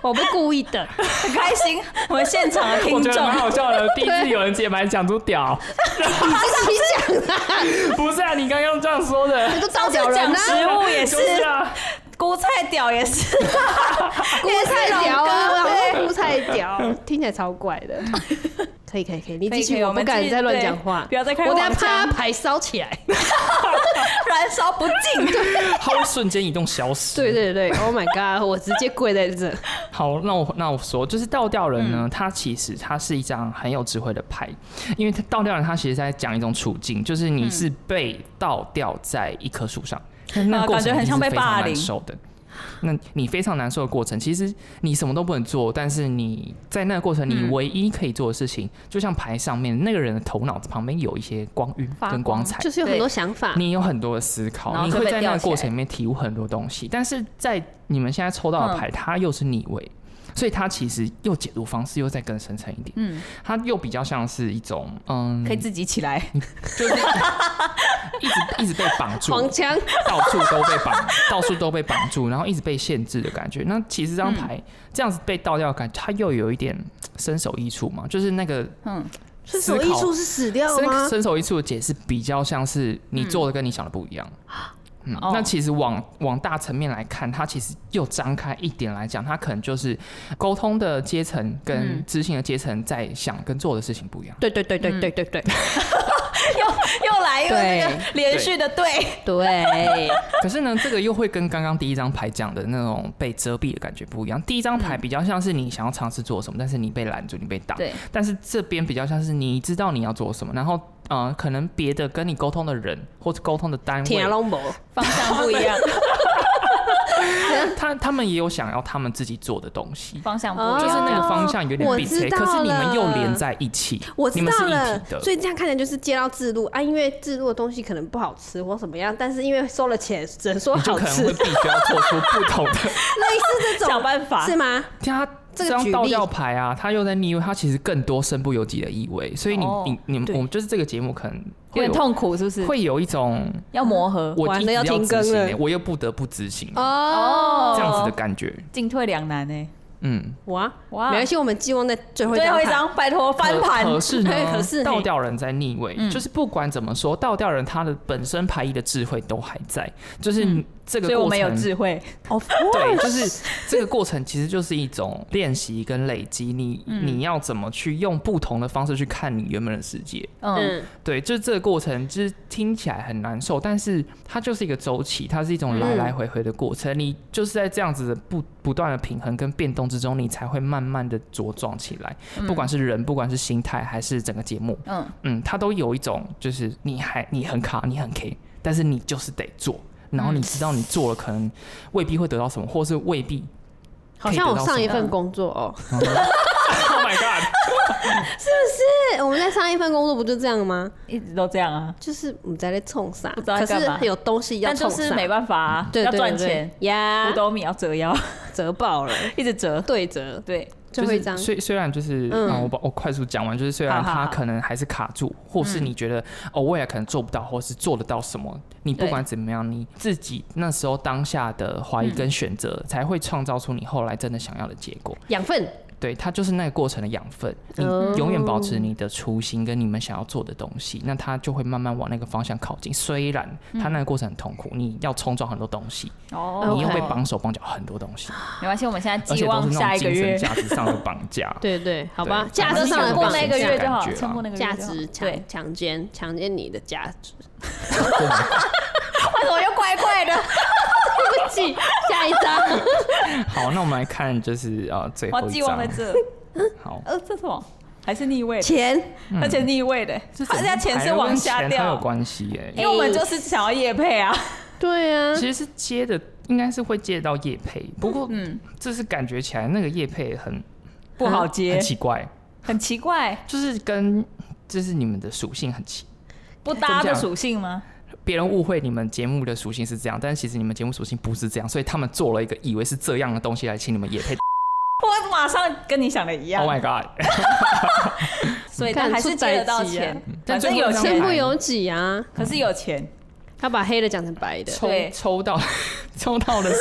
Speaker 1: 我不故意的，
Speaker 4: 很开心。我们现场的听
Speaker 3: 我觉
Speaker 4: 众
Speaker 3: 得蛮好笑的，第一次有人解白讲出屌，
Speaker 1: 你自己讲的，
Speaker 3: 不是啊，你刚刚这样说的，
Speaker 1: 你都招屌人
Speaker 4: 上
Speaker 1: 啊
Speaker 4: 次，讲食物 也是
Speaker 3: 不啊，
Speaker 4: 菇菜屌也是，
Speaker 1: 菇菜屌
Speaker 4: 也是
Speaker 1: 啊，
Speaker 4: 龙哥
Speaker 1: 我说菇菜屌，听起来超怪的。可以可以可以，你继
Speaker 4: 可以可
Speaker 1: 续，
Speaker 4: 以
Speaker 1: 我
Speaker 4: 我
Speaker 1: 不
Speaker 4: 们
Speaker 1: 敢
Speaker 4: 继续
Speaker 1: 再乱讲话
Speaker 4: 对，不要再开
Speaker 1: 我等下
Speaker 4: 黄
Speaker 1: 怕
Speaker 4: 腔
Speaker 1: 牌烧起来。
Speaker 4: 燃烧不尽。
Speaker 3: 它会瞬间移动消失。
Speaker 1: 对对对，Oh my god，我直接跪在这。
Speaker 3: 好，那我那我说，就是倒吊人
Speaker 4: 嗯
Speaker 3: 呢，它其实它是一张很有智慧的牌，因为它倒吊人，它其实在讲一种处境，就是你是被倒吊在一棵树上，那
Speaker 4: 嗯啊
Speaker 3: 个过
Speaker 4: 感觉
Speaker 3: 程
Speaker 4: 很像
Speaker 3: 一定
Speaker 4: 被
Speaker 3: 是非
Speaker 4: 霸
Speaker 3: 常
Speaker 4: 凌
Speaker 3: 难受的。那你非常难受的过程，其实你什么都不能做，但是你在那个过程，你
Speaker 4: 嗯
Speaker 3: 唯一可以做的事情，就像牌上面那个人的头脑旁边有一些光晕
Speaker 4: 发
Speaker 3: 跟光
Speaker 4: 光
Speaker 3: 彩，
Speaker 1: 就是有很多想法。
Speaker 3: 你有很多的思
Speaker 4: 啊然
Speaker 3: 考，
Speaker 4: 后
Speaker 3: 你
Speaker 4: 就
Speaker 3: 会
Speaker 4: 被
Speaker 3: 在
Speaker 4: 吊
Speaker 3: 那个
Speaker 4: 起
Speaker 3: 过
Speaker 4: 来
Speaker 3: 程里面体悟很多东西，但是在你们现在抽到的
Speaker 4: 嗯
Speaker 3: 牌，它又是逆位，所以它其实又解读方式又再更深层一点，
Speaker 4: 嗯，
Speaker 3: 它又比较像是一种嗯，
Speaker 4: 可以自己起来。
Speaker 3: 就是一直一直被绑住，
Speaker 1: 黄腔，
Speaker 3: 到处都被绑，到处都被绑住，然后一直被限制的感觉。那其实这
Speaker 4: 嗯
Speaker 3: 张牌、这样子被倒掉的感觉，它又有一点身首异处嘛，就是那个
Speaker 4: 嗯，
Speaker 1: 是
Speaker 3: 思
Speaker 1: 手
Speaker 3: 考
Speaker 1: 艺术是死掉了
Speaker 3: 伸
Speaker 1: 吗？
Speaker 3: 伸手一处的解释比较像是你做的跟你想的不一样。 嗯，
Speaker 4: 哦
Speaker 3: 那其实往往大层面来看，它其实又张开一点来讲，它可能就是沟通的阶层跟
Speaker 4: 嗯
Speaker 3: 知情的阶层在想跟做的事情不一样。
Speaker 1: 对对对对对对对
Speaker 4: 又又来一个
Speaker 1: 对
Speaker 4: 那个连续的对，
Speaker 1: 对，
Speaker 3: 可是呢，这个又会跟刚刚第一张牌讲的那种被遮蔽的感觉不一样。第一张牌比较像是你想要尝试做什么，但是你被拦住，你被挡。
Speaker 4: 嗯对
Speaker 3: 但是这边比较像是你知道你要做什么，然后呃，可能别的跟你沟通的人或者沟通的单位
Speaker 1: 天龙博，
Speaker 4: 方向不一样，
Speaker 3: 他他们也有想要他们自己做的东西，
Speaker 4: 方向不
Speaker 1: 哦
Speaker 4: 一
Speaker 3: 就是
Speaker 4: 样。
Speaker 3: 那个方向有点
Speaker 1: 我
Speaker 3: 比
Speaker 1: 知
Speaker 3: 切，
Speaker 1: 道
Speaker 3: 可是你们又
Speaker 1: 了
Speaker 3: 连在一起，
Speaker 1: 我
Speaker 3: 你
Speaker 1: 知
Speaker 3: 们是
Speaker 1: 道
Speaker 3: 一
Speaker 1: 了
Speaker 3: 体，的，
Speaker 1: 所以这样看起来就是接到自录啊，因为自录的东西可能不好吃或什么样，但是因为收了钱，只能说
Speaker 3: 你就
Speaker 1: 好
Speaker 3: 可能
Speaker 1: 吃，
Speaker 3: 会
Speaker 1: 类
Speaker 3: 必须要做出不同 的。
Speaker 1: 似这
Speaker 4: 想
Speaker 1: 种
Speaker 4: 办法
Speaker 1: 是吗？
Speaker 3: 像他这
Speaker 1: 这个
Speaker 3: 张
Speaker 1: 举
Speaker 3: 倒
Speaker 1: 例
Speaker 3: 吊牌啊，他又在逆位，他其实更多身不由己的意味，所以你
Speaker 4: 哦
Speaker 3: 你你们
Speaker 1: 对
Speaker 3: 我们就是这个节目可能
Speaker 4: 有
Speaker 3: 会
Speaker 4: 点痛苦，是不是？
Speaker 3: 会有一种
Speaker 4: 要磨合
Speaker 3: 我
Speaker 1: 完
Speaker 3: 一
Speaker 1: 了
Speaker 3: 直
Speaker 1: 要
Speaker 3: 要
Speaker 1: 停
Speaker 3: 执
Speaker 1: 更
Speaker 3: 行
Speaker 1: 了
Speaker 3: 欸我又不得不执行
Speaker 1: 哦，
Speaker 3: 这样子的感觉，
Speaker 4: 进退两难呢。
Speaker 3: 嗯。
Speaker 1: 哇哇，
Speaker 4: 哇
Speaker 1: 没关系，我们寄望在最后一
Speaker 4: 最后一
Speaker 1: 张
Speaker 4: 张，拜托翻
Speaker 3: 可
Speaker 4: 盘。
Speaker 3: 可是呢
Speaker 1: 嘿，可是嘿
Speaker 3: 倒吊人在逆位，
Speaker 4: 嗯
Speaker 3: 就是不管怎么说，倒吊人他的本身排异的智慧都还在，就是
Speaker 4: 嗯
Speaker 3: 这个
Speaker 4: 所以我
Speaker 3: 过
Speaker 4: 们
Speaker 3: 程，
Speaker 4: 有智慧，
Speaker 1: 哦，
Speaker 3: 对，就是这个过程其实就是一种练习跟累积，你、
Speaker 4: 嗯
Speaker 3: 你要怎么去用不同的方式去看你原本的世界，
Speaker 4: 嗯，
Speaker 1: 嗯，
Speaker 3: 对，就是这个过程，就是听起来很难受，但是它就是一个周期，它是一种来
Speaker 1: 嗯
Speaker 3: 来回回的过程。你就是在这样子的不不断的平衡跟变动之中，你才会慢慢的茁壮起来。
Speaker 1: 嗯
Speaker 3: 不管是人，不管是心态，还是整个节目，
Speaker 4: 嗯
Speaker 3: 嗯，它都有一种就是你还你很卡，你很 K，但是你就是得做。然后你知道你做了，可能未必会得到什么，或是未必。
Speaker 1: 好像我上一
Speaker 3: 可以得到什
Speaker 1: 份工作哦，
Speaker 3: 么 Oh my god！
Speaker 1: 是我们在上一份工作不就这样吗？
Speaker 4: 一直都这样啊，
Speaker 1: 就是我们在那冲啥，
Speaker 4: 不知道在
Speaker 1: 可
Speaker 4: 干嘛
Speaker 1: 是有东西要
Speaker 4: 但就
Speaker 1: 冲
Speaker 4: 是
Speaker 1: 啥，
Speaker 4: 没办法啊，
Speaker 1: 对
Speaker 4: 要
Speaker 1: 对
Speaker 4: 赚钱，
Speaker 1: 对呀
Speaker 4: 五，斗米要折腰，
Speaker 1: 折爆了，
Speaker 4: 一直折。
Speaker 1: 对折，
Speaker 4: 对，
Speaker 1: 最后一张
Speaker 3: 就是、虽虽然就是，
Speaker 1: 嗯
Speaker 3: 嗯，我把我快速讲完，就是虽然
Speaker 4: 好好
Speaker 3: 他
Speaker 4: 好嗯
Speaker 3: 可能还是卡住，或是你觉得、哦未来可能做不到，或是做得到什么，你不
Speaker 4: 对
Speaker 3: 管怎么样，你自己那时候当下的怀
Speaker 4: 嗯
Speaker 3: 疑跟选择，才会创造出你后来真的想要的结果。
Speaker 1: 养分，
Speaker 3: 对，它就是那个过程的养分，你
Speaker 1: 哦
Speaker 3: 永远保持你的初心跟你们想要做的东西，那它就会慢慢往那个方向靠近。虽然
Speaker 4: 嗯
Speaker 3: 它那个过程很痛苦，你要冲撞很多东西，
Speaker 4: 哦
Speaker 3: 你又
Speaker 1: OK
Speaker 3: 被绑手绑脚很多东西，
Speaker 4: 没关系，我们现在
Speaker 3: 而
Speaker 4: 啊寄
Speaker 3: 且都是
Speaker 4: 望下
Speaker 3: 那
Speaker 4: 一个
Speaker 3: 种精神
Speaker 4: 月，
Speaker 3: 价值上的绑 架。
Speaker 1: 对对，好吧，
Speaker 3: 对
Speaker 1: 价值上
Speaker 4: 撑
Speaker 1: 的
Speaker 4: 过
Speaker 1: 绑
Speaker 4: 那个
Speaker 1: 架
Speaker 4: 月就好，
Speaker 3: 感觉啊
Speaker 4: 撑过那个月就
Speaker 1: 价
Speaker 4: 好
Speaker 1: 值
Speaker 4: 对
Speaker 1: 强，强奸强奸你的价值。
Speaker 4: 为什么又怪怪的？
Speaker 1: 对不起，下一张。
Speaker 3: 好，那我们来看，就是呃，最
Speaker 4: 我
Speaker 3: 后一
Speaker 4: 寄望
Speaker 3: 张
Speaker 4: 在。这，
Speaker 3: 好，
Speaker 4: 呃，这是什么？还是逆位的，
Speaker 1: 钱，
Speaker 4: 而且逆位的，它现在钱是往下
Speaker 3: 还有
Speaker 4: 掉，
Speaker 3: 关系耶、
Speaker 4: 因为我们就是想要夜配啊。
Speaker 1: 对啊，
Speaker 3: 其实是接的，应该是会接到叶配，不过
Speaker 4: 嗯，
Speaker 3: 这是感觉起来那个叶配很
Speaker 4: 不好接
Speaker 3: 很，奇怪，
Speaker 4: 很奇怪，
Speaker 3: 就是跟就是你们的属性很奇，
Speaker 4: 不
Speaker 3: 怎
Speaker 4: 搭
Speaker 3: 么
Speaker 4: 的
Speaker 3: 讲
Speaker 4: 属性吗？
Speaker 3: 别人误会你们节目的属性是这样，但其实你们节目属性不是这样，所以他们做了一个以为是这样的东西来请你们 叶配。
Speaker 4: 我马上跟你想的一样
Speaker 3: Oh，my god！
Speaker 4: 所以
Speaker 1: 看
Speaker 4: 但还是借得到钱，反正有
Speaker 3: 但最后一
Speaker 4: 钱
Speaker 1: 身
Speaker 3: 张，
Speaker 1: 不由己啊。
Speaker 4: 可是有钱，
Speaker 1: 他把黑的讲成白 的，
Speaker 3: 抽
Speaker 4: 对
Speaker 3: 抽到抽到的是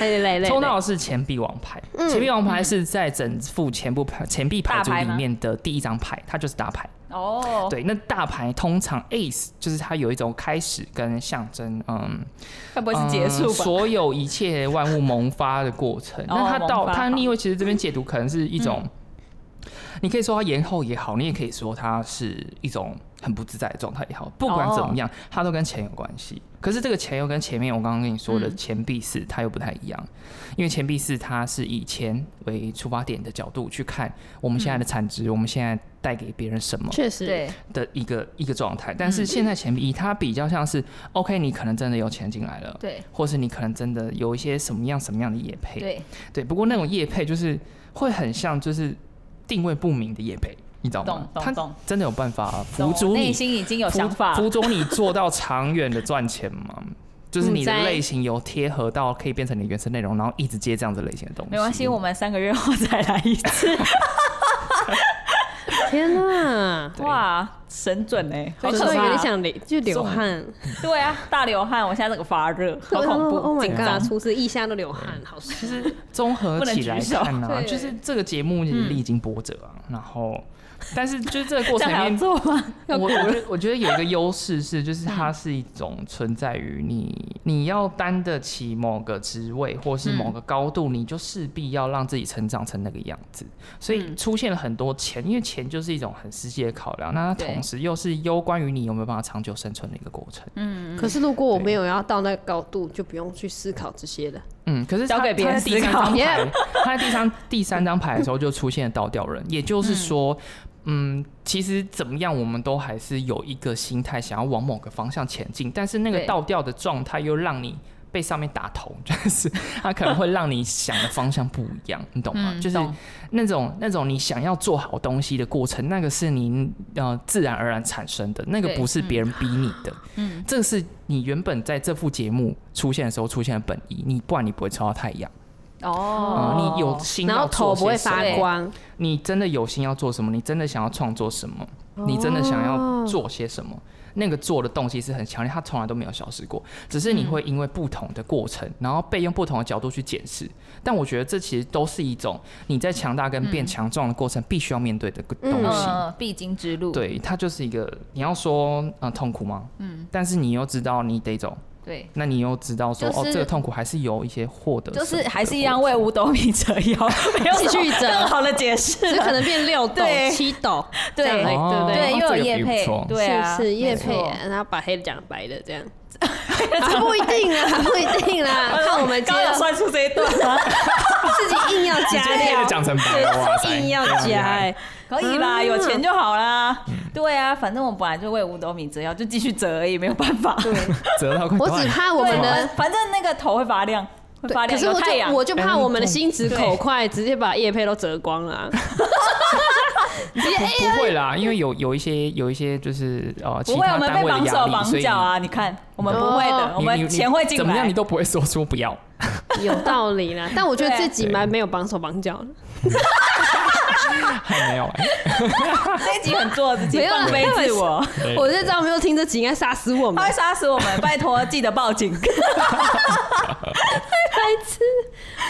Speaker 1: 累累累，
Speaker 3: 抽到的是钱币王牌，
Speaker 1: 嗯
Speaker 3: 钱币王牌是在整副钱部牌钱币牌组
Speaker 4: 大牌
Speaker 3: 里
Speaker 4: 吗
Speaker 3: 面的第一张牌，它就是大牌。
Speaker 4: 哦，
Speaker 3: 对，那大牌通常 ace 就是它有一种开始跟象征，嗯，
Speaker 4: 该不会是结束
Speaker 3: 嗯
Speaker 4: 吧？
Speaker 3: 所有一切万物萌发的过程。
Speaker 4: 哦
Speaker 3: 那它到
Speaker 4: 萌发
Speaker 3: 它
Speaker 4: 好嗯
Speaker 3: 逆位，其实这边解读可能是一种，你可以说它延后也好，你也可以说它是一种很不自在的状态也好，不管怎么
Speaker 4: 哦
Speaker 3: 样，它都跟钱有关系。可是这个钱又跟前面我刚刚跟你说的
Speaker 4: 嗯
Speaker 3: 钱币四它又不太一样，因为钱币四它是以钱为出发点的角度去看我们现在的产
Speaker 4: 嗯
Speaker 3: 值，我们现在带给别人什么。
Speaker 1: 确实，
Speaker 4: 对，
Speaker 3: 的一个一个状态，但
Speaker 4: 嗯
Speaker 3: 是现在钱币一它比较像是、OK，你可能真的有钱进来了，
Speaker 4: 对，
Speaker 3: 或是你可能真的有一些什么样什么样的业配，
Speaker 4: 对，
Speaker 3: 对不过那种业配就是会很像就是定位不明的业配，你懂吗？
Speaker 4: 懂懂
Speaker 3: 他
Speaker 4: 懂
Speaker 3: 真的有办法
Speaker 4: 懂
Speaker 3: 辅助
Speaker 4: 内
Speaker 3: 你，
Speaker 4: 心已经有
Speaker 3: 辅
Speaker 4: 想法
Speaker 3: 辅助你做到长远的赚钱 吗？就是你的
Speaker 1: 嗯在
Speaker 3: 类型有贴合到可以变成你的原生内容，然后一直接这样子类型的东西。
Speaker 4: 没关系，我们三个月后再来一次。
Speaker 1: 天哪，
Speaker 3: 对
Speaker 4: 哇，神准哎、 好
Speaker 1: 我
Speaker 4: 可
Speaker 1: 突然
Speaker 4: 怕！
Speaker 1: 有点想流，就流汗，
Speaker 4: 对啊，大流汗，我现在这个发热，好恐怖
Speaker 1: Oh my
Speaker 4: 紧张
Speaker 1: god，厨师一下都流汗， 好舒服。
Speaker 3: 综合起来看
Speaker 1: 不
Speaker 3: 啊，
Speaker 1: 能举手
Speaker 3: 就是这个节目也
Speaker 4: 嗯
Speaker 3: 历经波折啊，然后，但是就是这个过
Speaker 4: 这
Speaker 3: 程
Speaker 4: 样还
Speaker 3: 里
Speaker 4: 要嗯
Speaker 3: 面，
Speaker 4: 做吗？
Speaker 3: 我我觉得我觉得有一个优势是，就是它是一种存在于你你要担得起某个职位或是
Speaker 4: 嗯
Speaker 3: 某个高度，你就势必要让自己成长成那个样子，所以
Speaker 4: 嗯
Speaker 3: 出现了很多钱，因为钱就是一种很实际的考量，那它
Speaker 4: 对
Speaker 3: 同时又是攸关于你有没有办法长久生存的一个过程。
Speaker 4: 嗯
Speaker 1: 可是如果我没有要到那个高度，就不用去思考这些了。
Speaker 3: 嗯，可是
Speaker 4: 交
Speaker 3: 他
Speaker 4: 给别人
Speaker 3: 他在第
Speaker 4: 思
Speaker 3: 三
Speaker 4: 考
Speaker 3: 张牌， 他在第三第三张牌的时候就出现了倒吊人，也就是说，嗯，其实怎么样，我们都还是有一个心态想要往某个方向前进，但是那个
Speaker 4: 对
Speaker 3: 倒吊的状态又让你。被上面打头， 就是他可能会让你想的方向不一样，你懂吗？
Speaker 4: 嗯
Speaker 3: 就是
Speaker 4: 懂
Speaker 3: 那种那种你想要做好东西的过程，那个是你呃自然而然产生的，那个
Speaker 4: 对
Speaker 3: 不是别人逼你的。
Speaker 4: 嗯，
Speaker 3: 这是你原本在这副节目出现的时候出现的本意，你不然你不会抽到太阳。啊、
Speaker 4: 哦，
Speaker 3: 你有心
Speaker 1: 然后
Speaker 3: 要做
Speaker 1: 头不会
Speaker 3: 些什
Speaker 1: 发
Speaker 3: 么，
Speaker 1: 光，
Speaker 3: 你真的有心要做什么，你真的想要创作什么，
Speaker 4: 哦
Speaker 3: 你真的想要做些什么。那个做的东西是很强烈，它从来都没有消失过，只是你
Speaker 4: 嗯
Speaker 3: 会因为不同的过程，然后被用不同的角度去检视。但我觉得这其实都是一种你在强大跟变强壮的过程必须要面对的东
Speaker 1: 嗯
Speaker 3: 西。
Speaker 4: 呃，必经之路，
Speaker 3: 对，它就是一个你要说呃痛苦吗？嗯，但是你又知道你得走，
Speaker 4: 对，
Speaker 3: 那你又知道说、
Speaker 4: 就是
Speaker 3: 哦，这个痛苦还是有一些获得什
Speaker 4: 就
Speaker 3: 么的过程，
Speaker 4: 是还是一样为五斗米折腰，没有什么
Speaker 1: 继续折
Speaker 4: 更好的解释
Speaker 1: 就
Speaker 4: 了
Speaker 1: 可能变 六斗
Speaker 4: 对、
Speaker 1: 七斗，
Speaker 4: 对
Speaker 1: 这样而已对不
Speaker 4: 对，
Speaker 3: 哦
Speaker 4: 又有
Speaker 3: 这个
Speaker 4: 叶
Speaker 3: 比喻
Speaker 4: 配
Speaker 3: 不错，
Speaker 4: 对啊，
Speaker 1: 是不是叶
Speaker 4: 没错
Speaker 1: 配，然后把黑的讲白的这样。 啊、不一定啦，不一定啦，看我们今
Speaker 4: 刚刚
Speaker 1: 天
Speaker 4: 有算出这 一段吗？
Speaker 1: 自己硬要加料，
Speaker 3: 成白了，哇塞
Speaker 1: 硬要
Speaker 4: 欸
Speaker 1: 加、哎，
Speaker 4: 可以啦，
Speaker 1: 啊
Speaker 4: 有钱就好啦。对啊，反正我本来就为五斗米折腰，就继续折而已，没有办法。 对，
Speaker 3: 折到快
Speaker 1: 我只怕我们的
Speaker 4: 反，反正那个头会发亮，会
Speaker 1: 对
Speaker 4: 啊发
Speaker 1: 可
Speaker 4: 亮，
Speaker 1: 是
Speaker 4: 有
Speaker 1: 我
Speaker 4: 太阳
Speaker 1: 就。我就怕我们的心直
Speaker 4: 对
Speaker 1: 口快，直接把叶配都折光了 啊、直接哎呀
Speaker 3: 不会啦，因为有有一些有一些就是呃其
Speaker 4: 不会，我
Speaker 3: 他
Speaker 4: 们
Speaker 3: 单
Speaker 4: 被
Speaker 3: 位的
Speaker 4: 绑手
Speaker 3: 压力，所
Speaker 4: 绑
Speaker 3: 以
Speaker 4: 脚啊！你看，我们不会
Speaker 1: 哦
Speaker 4: 的，我
Speaker 3: 你
Speaker 4: 们
Speaker 3: 你
Speaker 4: 钱会进来。
Speaker 3: 怎么样你都不会说出不要，
Speaker 1: 有道理啦。但我觉得
Speaker 4: 对啊
Speaker 1: 自己蛮没有绑手绑脚的，
Speaker 3: 还没有哎、
Speaker 4: 这一集很做自己，
Speaker 1: 没有啦
Speaker 4: 放飞自我。
Speaker 3: 对
Speaker 1: 我就知道没有听这集应该杀死我们
Speaker 4: 他会。杀死我们，拜托记得报警。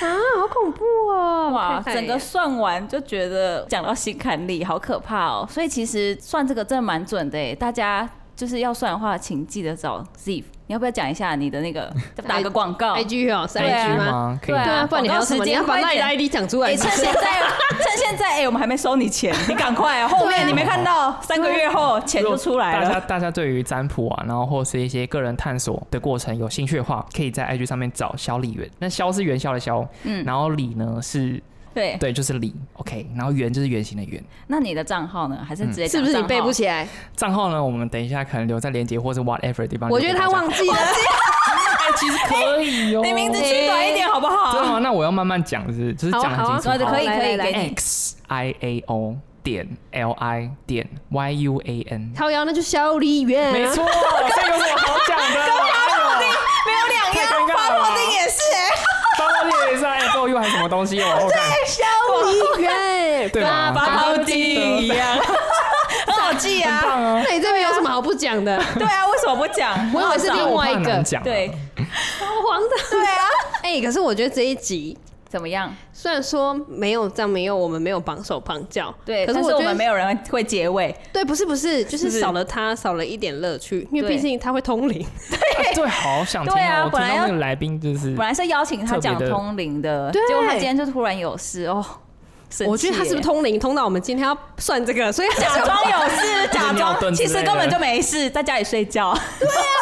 Speaker 1: 啊，好恐怖哦！
Speaker 4: 哇，
Speaker 1: 太太
Speaker 4: 整个算完就觉得讲到心坎里，好可怕哦。所以其实算这个真的蛮准的诶，大家就是要算的话，请记得找 Ziv。你要不要讲一下你的那个打个广告？
Speaker 1: IG 哦，是
Speaker 4: 对啊
Speaker 1: IG 吗？
Speaker 3: 吗？可以
Speaker 4: 对
Speaker 1: 对
Speaker 3: 吗
Speaker 1: 啊，不然你还有什
Speaker 4: 广告时
Speaker 1: 么？你
Speaker 4: 间
Speaker 1: 要把
Speaker 4: 快
Speaker 1: 那里
Speaker 4: 点哎
Speaker 1: 的 ID 讲出来。
Speaker 4: 你趁现在，趁现在，哎、我们还没收你钱，你赶快、啊！后面你没看到，三个月后钱就出来
Speaker 3: 大家
Speaker 4: 了。
Speaker 3: 大家对于占卜啊，然后或是一些个人探索的过程有兴趣的话，可以在 IG 上面找肖丽媛。那肖是元宵的肖，嗯，然后李呢是
Speaker 4: 对，
Speaker 3: 对，就是李，OK，然后圆就是圆形的圆。
Speaker 4: 那你的账号呢？还是直接
Speaker 1: 是
Speaker 4: 讲
Speaker 1: 不是你
Speaker 4: 账号
Speaker 1: 背不？起来？
Speaker 3: 账号呢，我们等一下可能留在连接或是 whatever 的地方。
Speaker 1: 我觉得他忘记了，
Speaker 3: 哎，其实可以哦。
Speaker 4: 你名字取短一点好不好？
Speaker 3: 真的吗？那我要慢慢讲，是就是
Speaker 1: 好啊
Speaker 3: 讲
Speaker 1: 好啊
Speaker 3: 很清
Speaker 4: 对
Speaker 3: 楚。
Speaker 4: 的，可以
Speaker 1: 来
Speaker 4: 可以
Speaker 1: 来来
Speaker 4: 给你。
Speaker 3: X I A O 点 L I 点 Y U A N，
Speaker 1: 陶瑶那就肖丽媛，
Speaker 3: 没错， 这有什么好讲 的？哎呦
Speaker 4: 没有两
Speaker 3: 太尴尬啊了
Speaker 4: 样，发破丁也是哎、
Speaker 3: 包包列一下 F O U 还是什么东 西？哦我我看
Speaker 1: 肖丽媛，
Speaker 3: 对吧？
Speaker 4: 发泡
Speaker 3: 包
Speaker 4: 丁一 样，很好记啊。
Speaker 3: 棒啊！
Speaker 1: 那你这边有什么好不讲的？
Speaker 4: 对啊，为什么不讲？
Speaker 1: 我以为是另外一
Speaker 3: 我怕
Speaker 1: 个
Speaker 3: 难，讲，
Speaker 4: 对
Speaker 1: 好黄的。
Speaker 4: 对啊，哎、
Speaker 1: 哎、可是我觉得这一集
Speaker 4: 怎么样？
Speaker 1: 虽然说没有这样没有我们没有绑手绑脚，
Speaker 4: 对，
Speaker 1: 可
Speaker 4: 但
Speaker 1: 我
Speaker 4: 是
Speaker 1: 觉
Speaker 4: 我
Speaker 1: 得
Speaker 4: 们没有人会结尾，
Speaker 1: 对，不是不是，就是
Speaker 4: 不
Speaker 1: 是
Speaker 4: 是
Speaker 1: 少了它少了一点乐趣，因为
Speaker 4: 对
Speaker 1: 毕竟它会通灵。
Speaker 3: 啊对，好想听
Speaker 4: 对啊
Speaker 3: 哦！我听
Speaker 4: 本来
Speaker 3: 到
Speaker 4: 要
Speaker 3: 那个来宾就是
Speaker 4: 本，来是邀请他讲
Speaker 3: 特别的
Speaker 4: 通灵的，
Speaker 1: 对
Speaker 4: 结果他今天就突然有事哦。生气
Speaker 1: 我觉得它是不是
Speaker 4: 耶
Speaker 1: 通灵通到我们今天要算这个，所以
Speaker 4: 假装有 事，假
Speaker 3: 尿
Speaker 4: 装
Speaker 3: 遁之
Speaker 4: 其实
Speaker 3: 类的
Speaker 4: 根本就没事，在家里睡觉。对啊，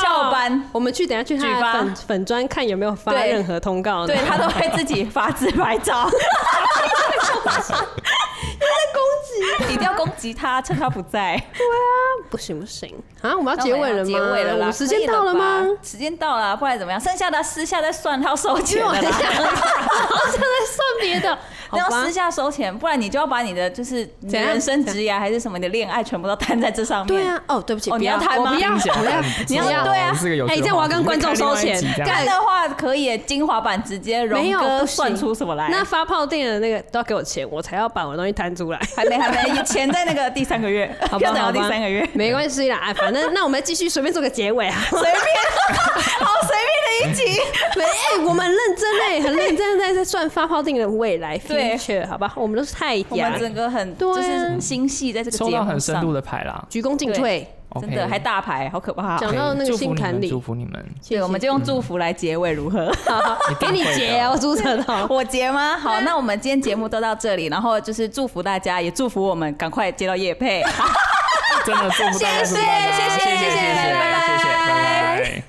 Speaker 4: 靠，翘班。
Speaker 1: 我们去等一下去
Speaker 4: 举
Speaker 1: 他
Speaker 4: 发
Speaker 1: 的粉粉砖看有没有发
Speaker 4: 对
Speaker 1: 任何通告呢。
Speaker 4: 对 他都会自己发自拍 照，在攻击，一定要攻击他，趁他不在。
Speaker 1: 不行不行啊！我们要结尾了吗？
Speaker 4: 结尾了
Speaker 1: 我
Speaker 4: 啦，
Speaker 1: 们时间到了吗
Speaker 4: 可以？吧？时间到了，啊不然怎么样？剩下的私下再算，他要收
Speaker 1: 因
Speaker 4: 钱
Speaker 1: 为我
Speaker 4: 的
Speaker 1: 很想，我
Speaker 4: 啦。
Speaker 1: 想 在算别的，啊好
Speaker 4: 你要
Speaker 1: 吧
Speaker 4: 私？下收钱，不然你就要把你的就是你的
Speaker 1: 怎样
Speaker 4: 人生职涯还是什么你的恋爱全部都摊在这上面。
Speaker 1: 对，啊，哦，对不起，
Speaker 4: 哦
Speaker 1: 不
Speaker 4: 你要谈
Speaker 1: 我
Speaker 4: 吗
Speaker 1: 不要，
Speaker 3: 听起来
Speaker 1: 不要
Speaker 3: 很不，
Speaker 1: 你
Speaker 4: 要
Speaker 3: 错哦
Speaker 4: 对啊
Speaker 3: 是个有趣
Speaker 1: 哎
Speaker 3: 的
Speaker 1: 这样我
Speaker 3: 话
Speaker 1: 要
Speaker 3: 题
Speaker 1: 跟观众
Speaker 3: 可以开另
Speaker 1: 收
Speaker 3: 外一
Speaker 1: 钱
Speaker 3: 集这样
Speaker 1: 干
Speaker 4: 干的话可以精华版直接
Speaker 1: 没
Speaker 4: 荣
Speaker 1: 有
Speaker 4: 哥
Speaker 1: 不行
Speaker 4: 算出什么来。
Speaker 1: 那发泡店的那个都要给我钱，我才要把我的东西摊出来。
Speaker 4: 还没还没，钱在那个第三个月，
Speaker 1: 好
Speaker 4: 要等
Speaker 1: 吧
Speaker 4: 到
Speaker 1: 好
Speaker 4: 第
Speaker 1: 吧
Speaker 4: 三个月。
Speaker 1: 没关系啦，哎，反正那我们继续随便做个结 尾啊。
Speaker 4: 随便，好随便的一 集。
Speaker 1: 没，哎，我们认真 哎，很认真地在在算发泡定的未来
Speaker 4: 对
Speaker 1: future，好吧？我们都是太
Speaker 4: 我
Speaker 1: 假
Speaker 4: 们，整个很
Speaker 1: 对啊
Speaker 4: 就是心细在这个节
Speaker 3: 抽到很
Speaker 4: 目
Speaker 3: 深
Speaker 4: 上
Speaker 3: 度，的牌啦。
Speaker 1: 鞠躬尽瘁。
Speaker 4: 真的
Speaker 3: OK
Speaker 4: 还大牌，好可怕。
Speaker 1: 讲到那个
Speaker 3: 祝福
Speaker 1: 心
Speaker 3: 你
Speaker 1: 坎
Speaker 3: 们，
Speaker 1: 里
Speaker 3: 祝福你们。
Speaker 1: 谢
Speaker 4: 对，
Speaker 1: 谢
Speaker 4: 我们就用祝福来结尾，如何？
Speaker 1: 好好
Speaker 3: 一
Speaker 1: 给
Speaker 3: 定
Speaker 1: 你
Speaker 3: 会的
Speaker 1: 结哦，朱晨哦。
Speaker 4: 我结吗？好，那我们今天节目都到这里，然后就是祝福大家，也祝福我们赶快接到叶配。
Speaker 3: 真的祝福大家， 祝福
Speaker 4: 谢
Speaker 3: 大家
Speaker 4: 谢谢谢
Speaker 3: 谢谢
Speaker 4: 谢谢
Speaker 3: 谢谢
Speaker 4: 拜拜
Speaker 3: 谢谢，拜拜。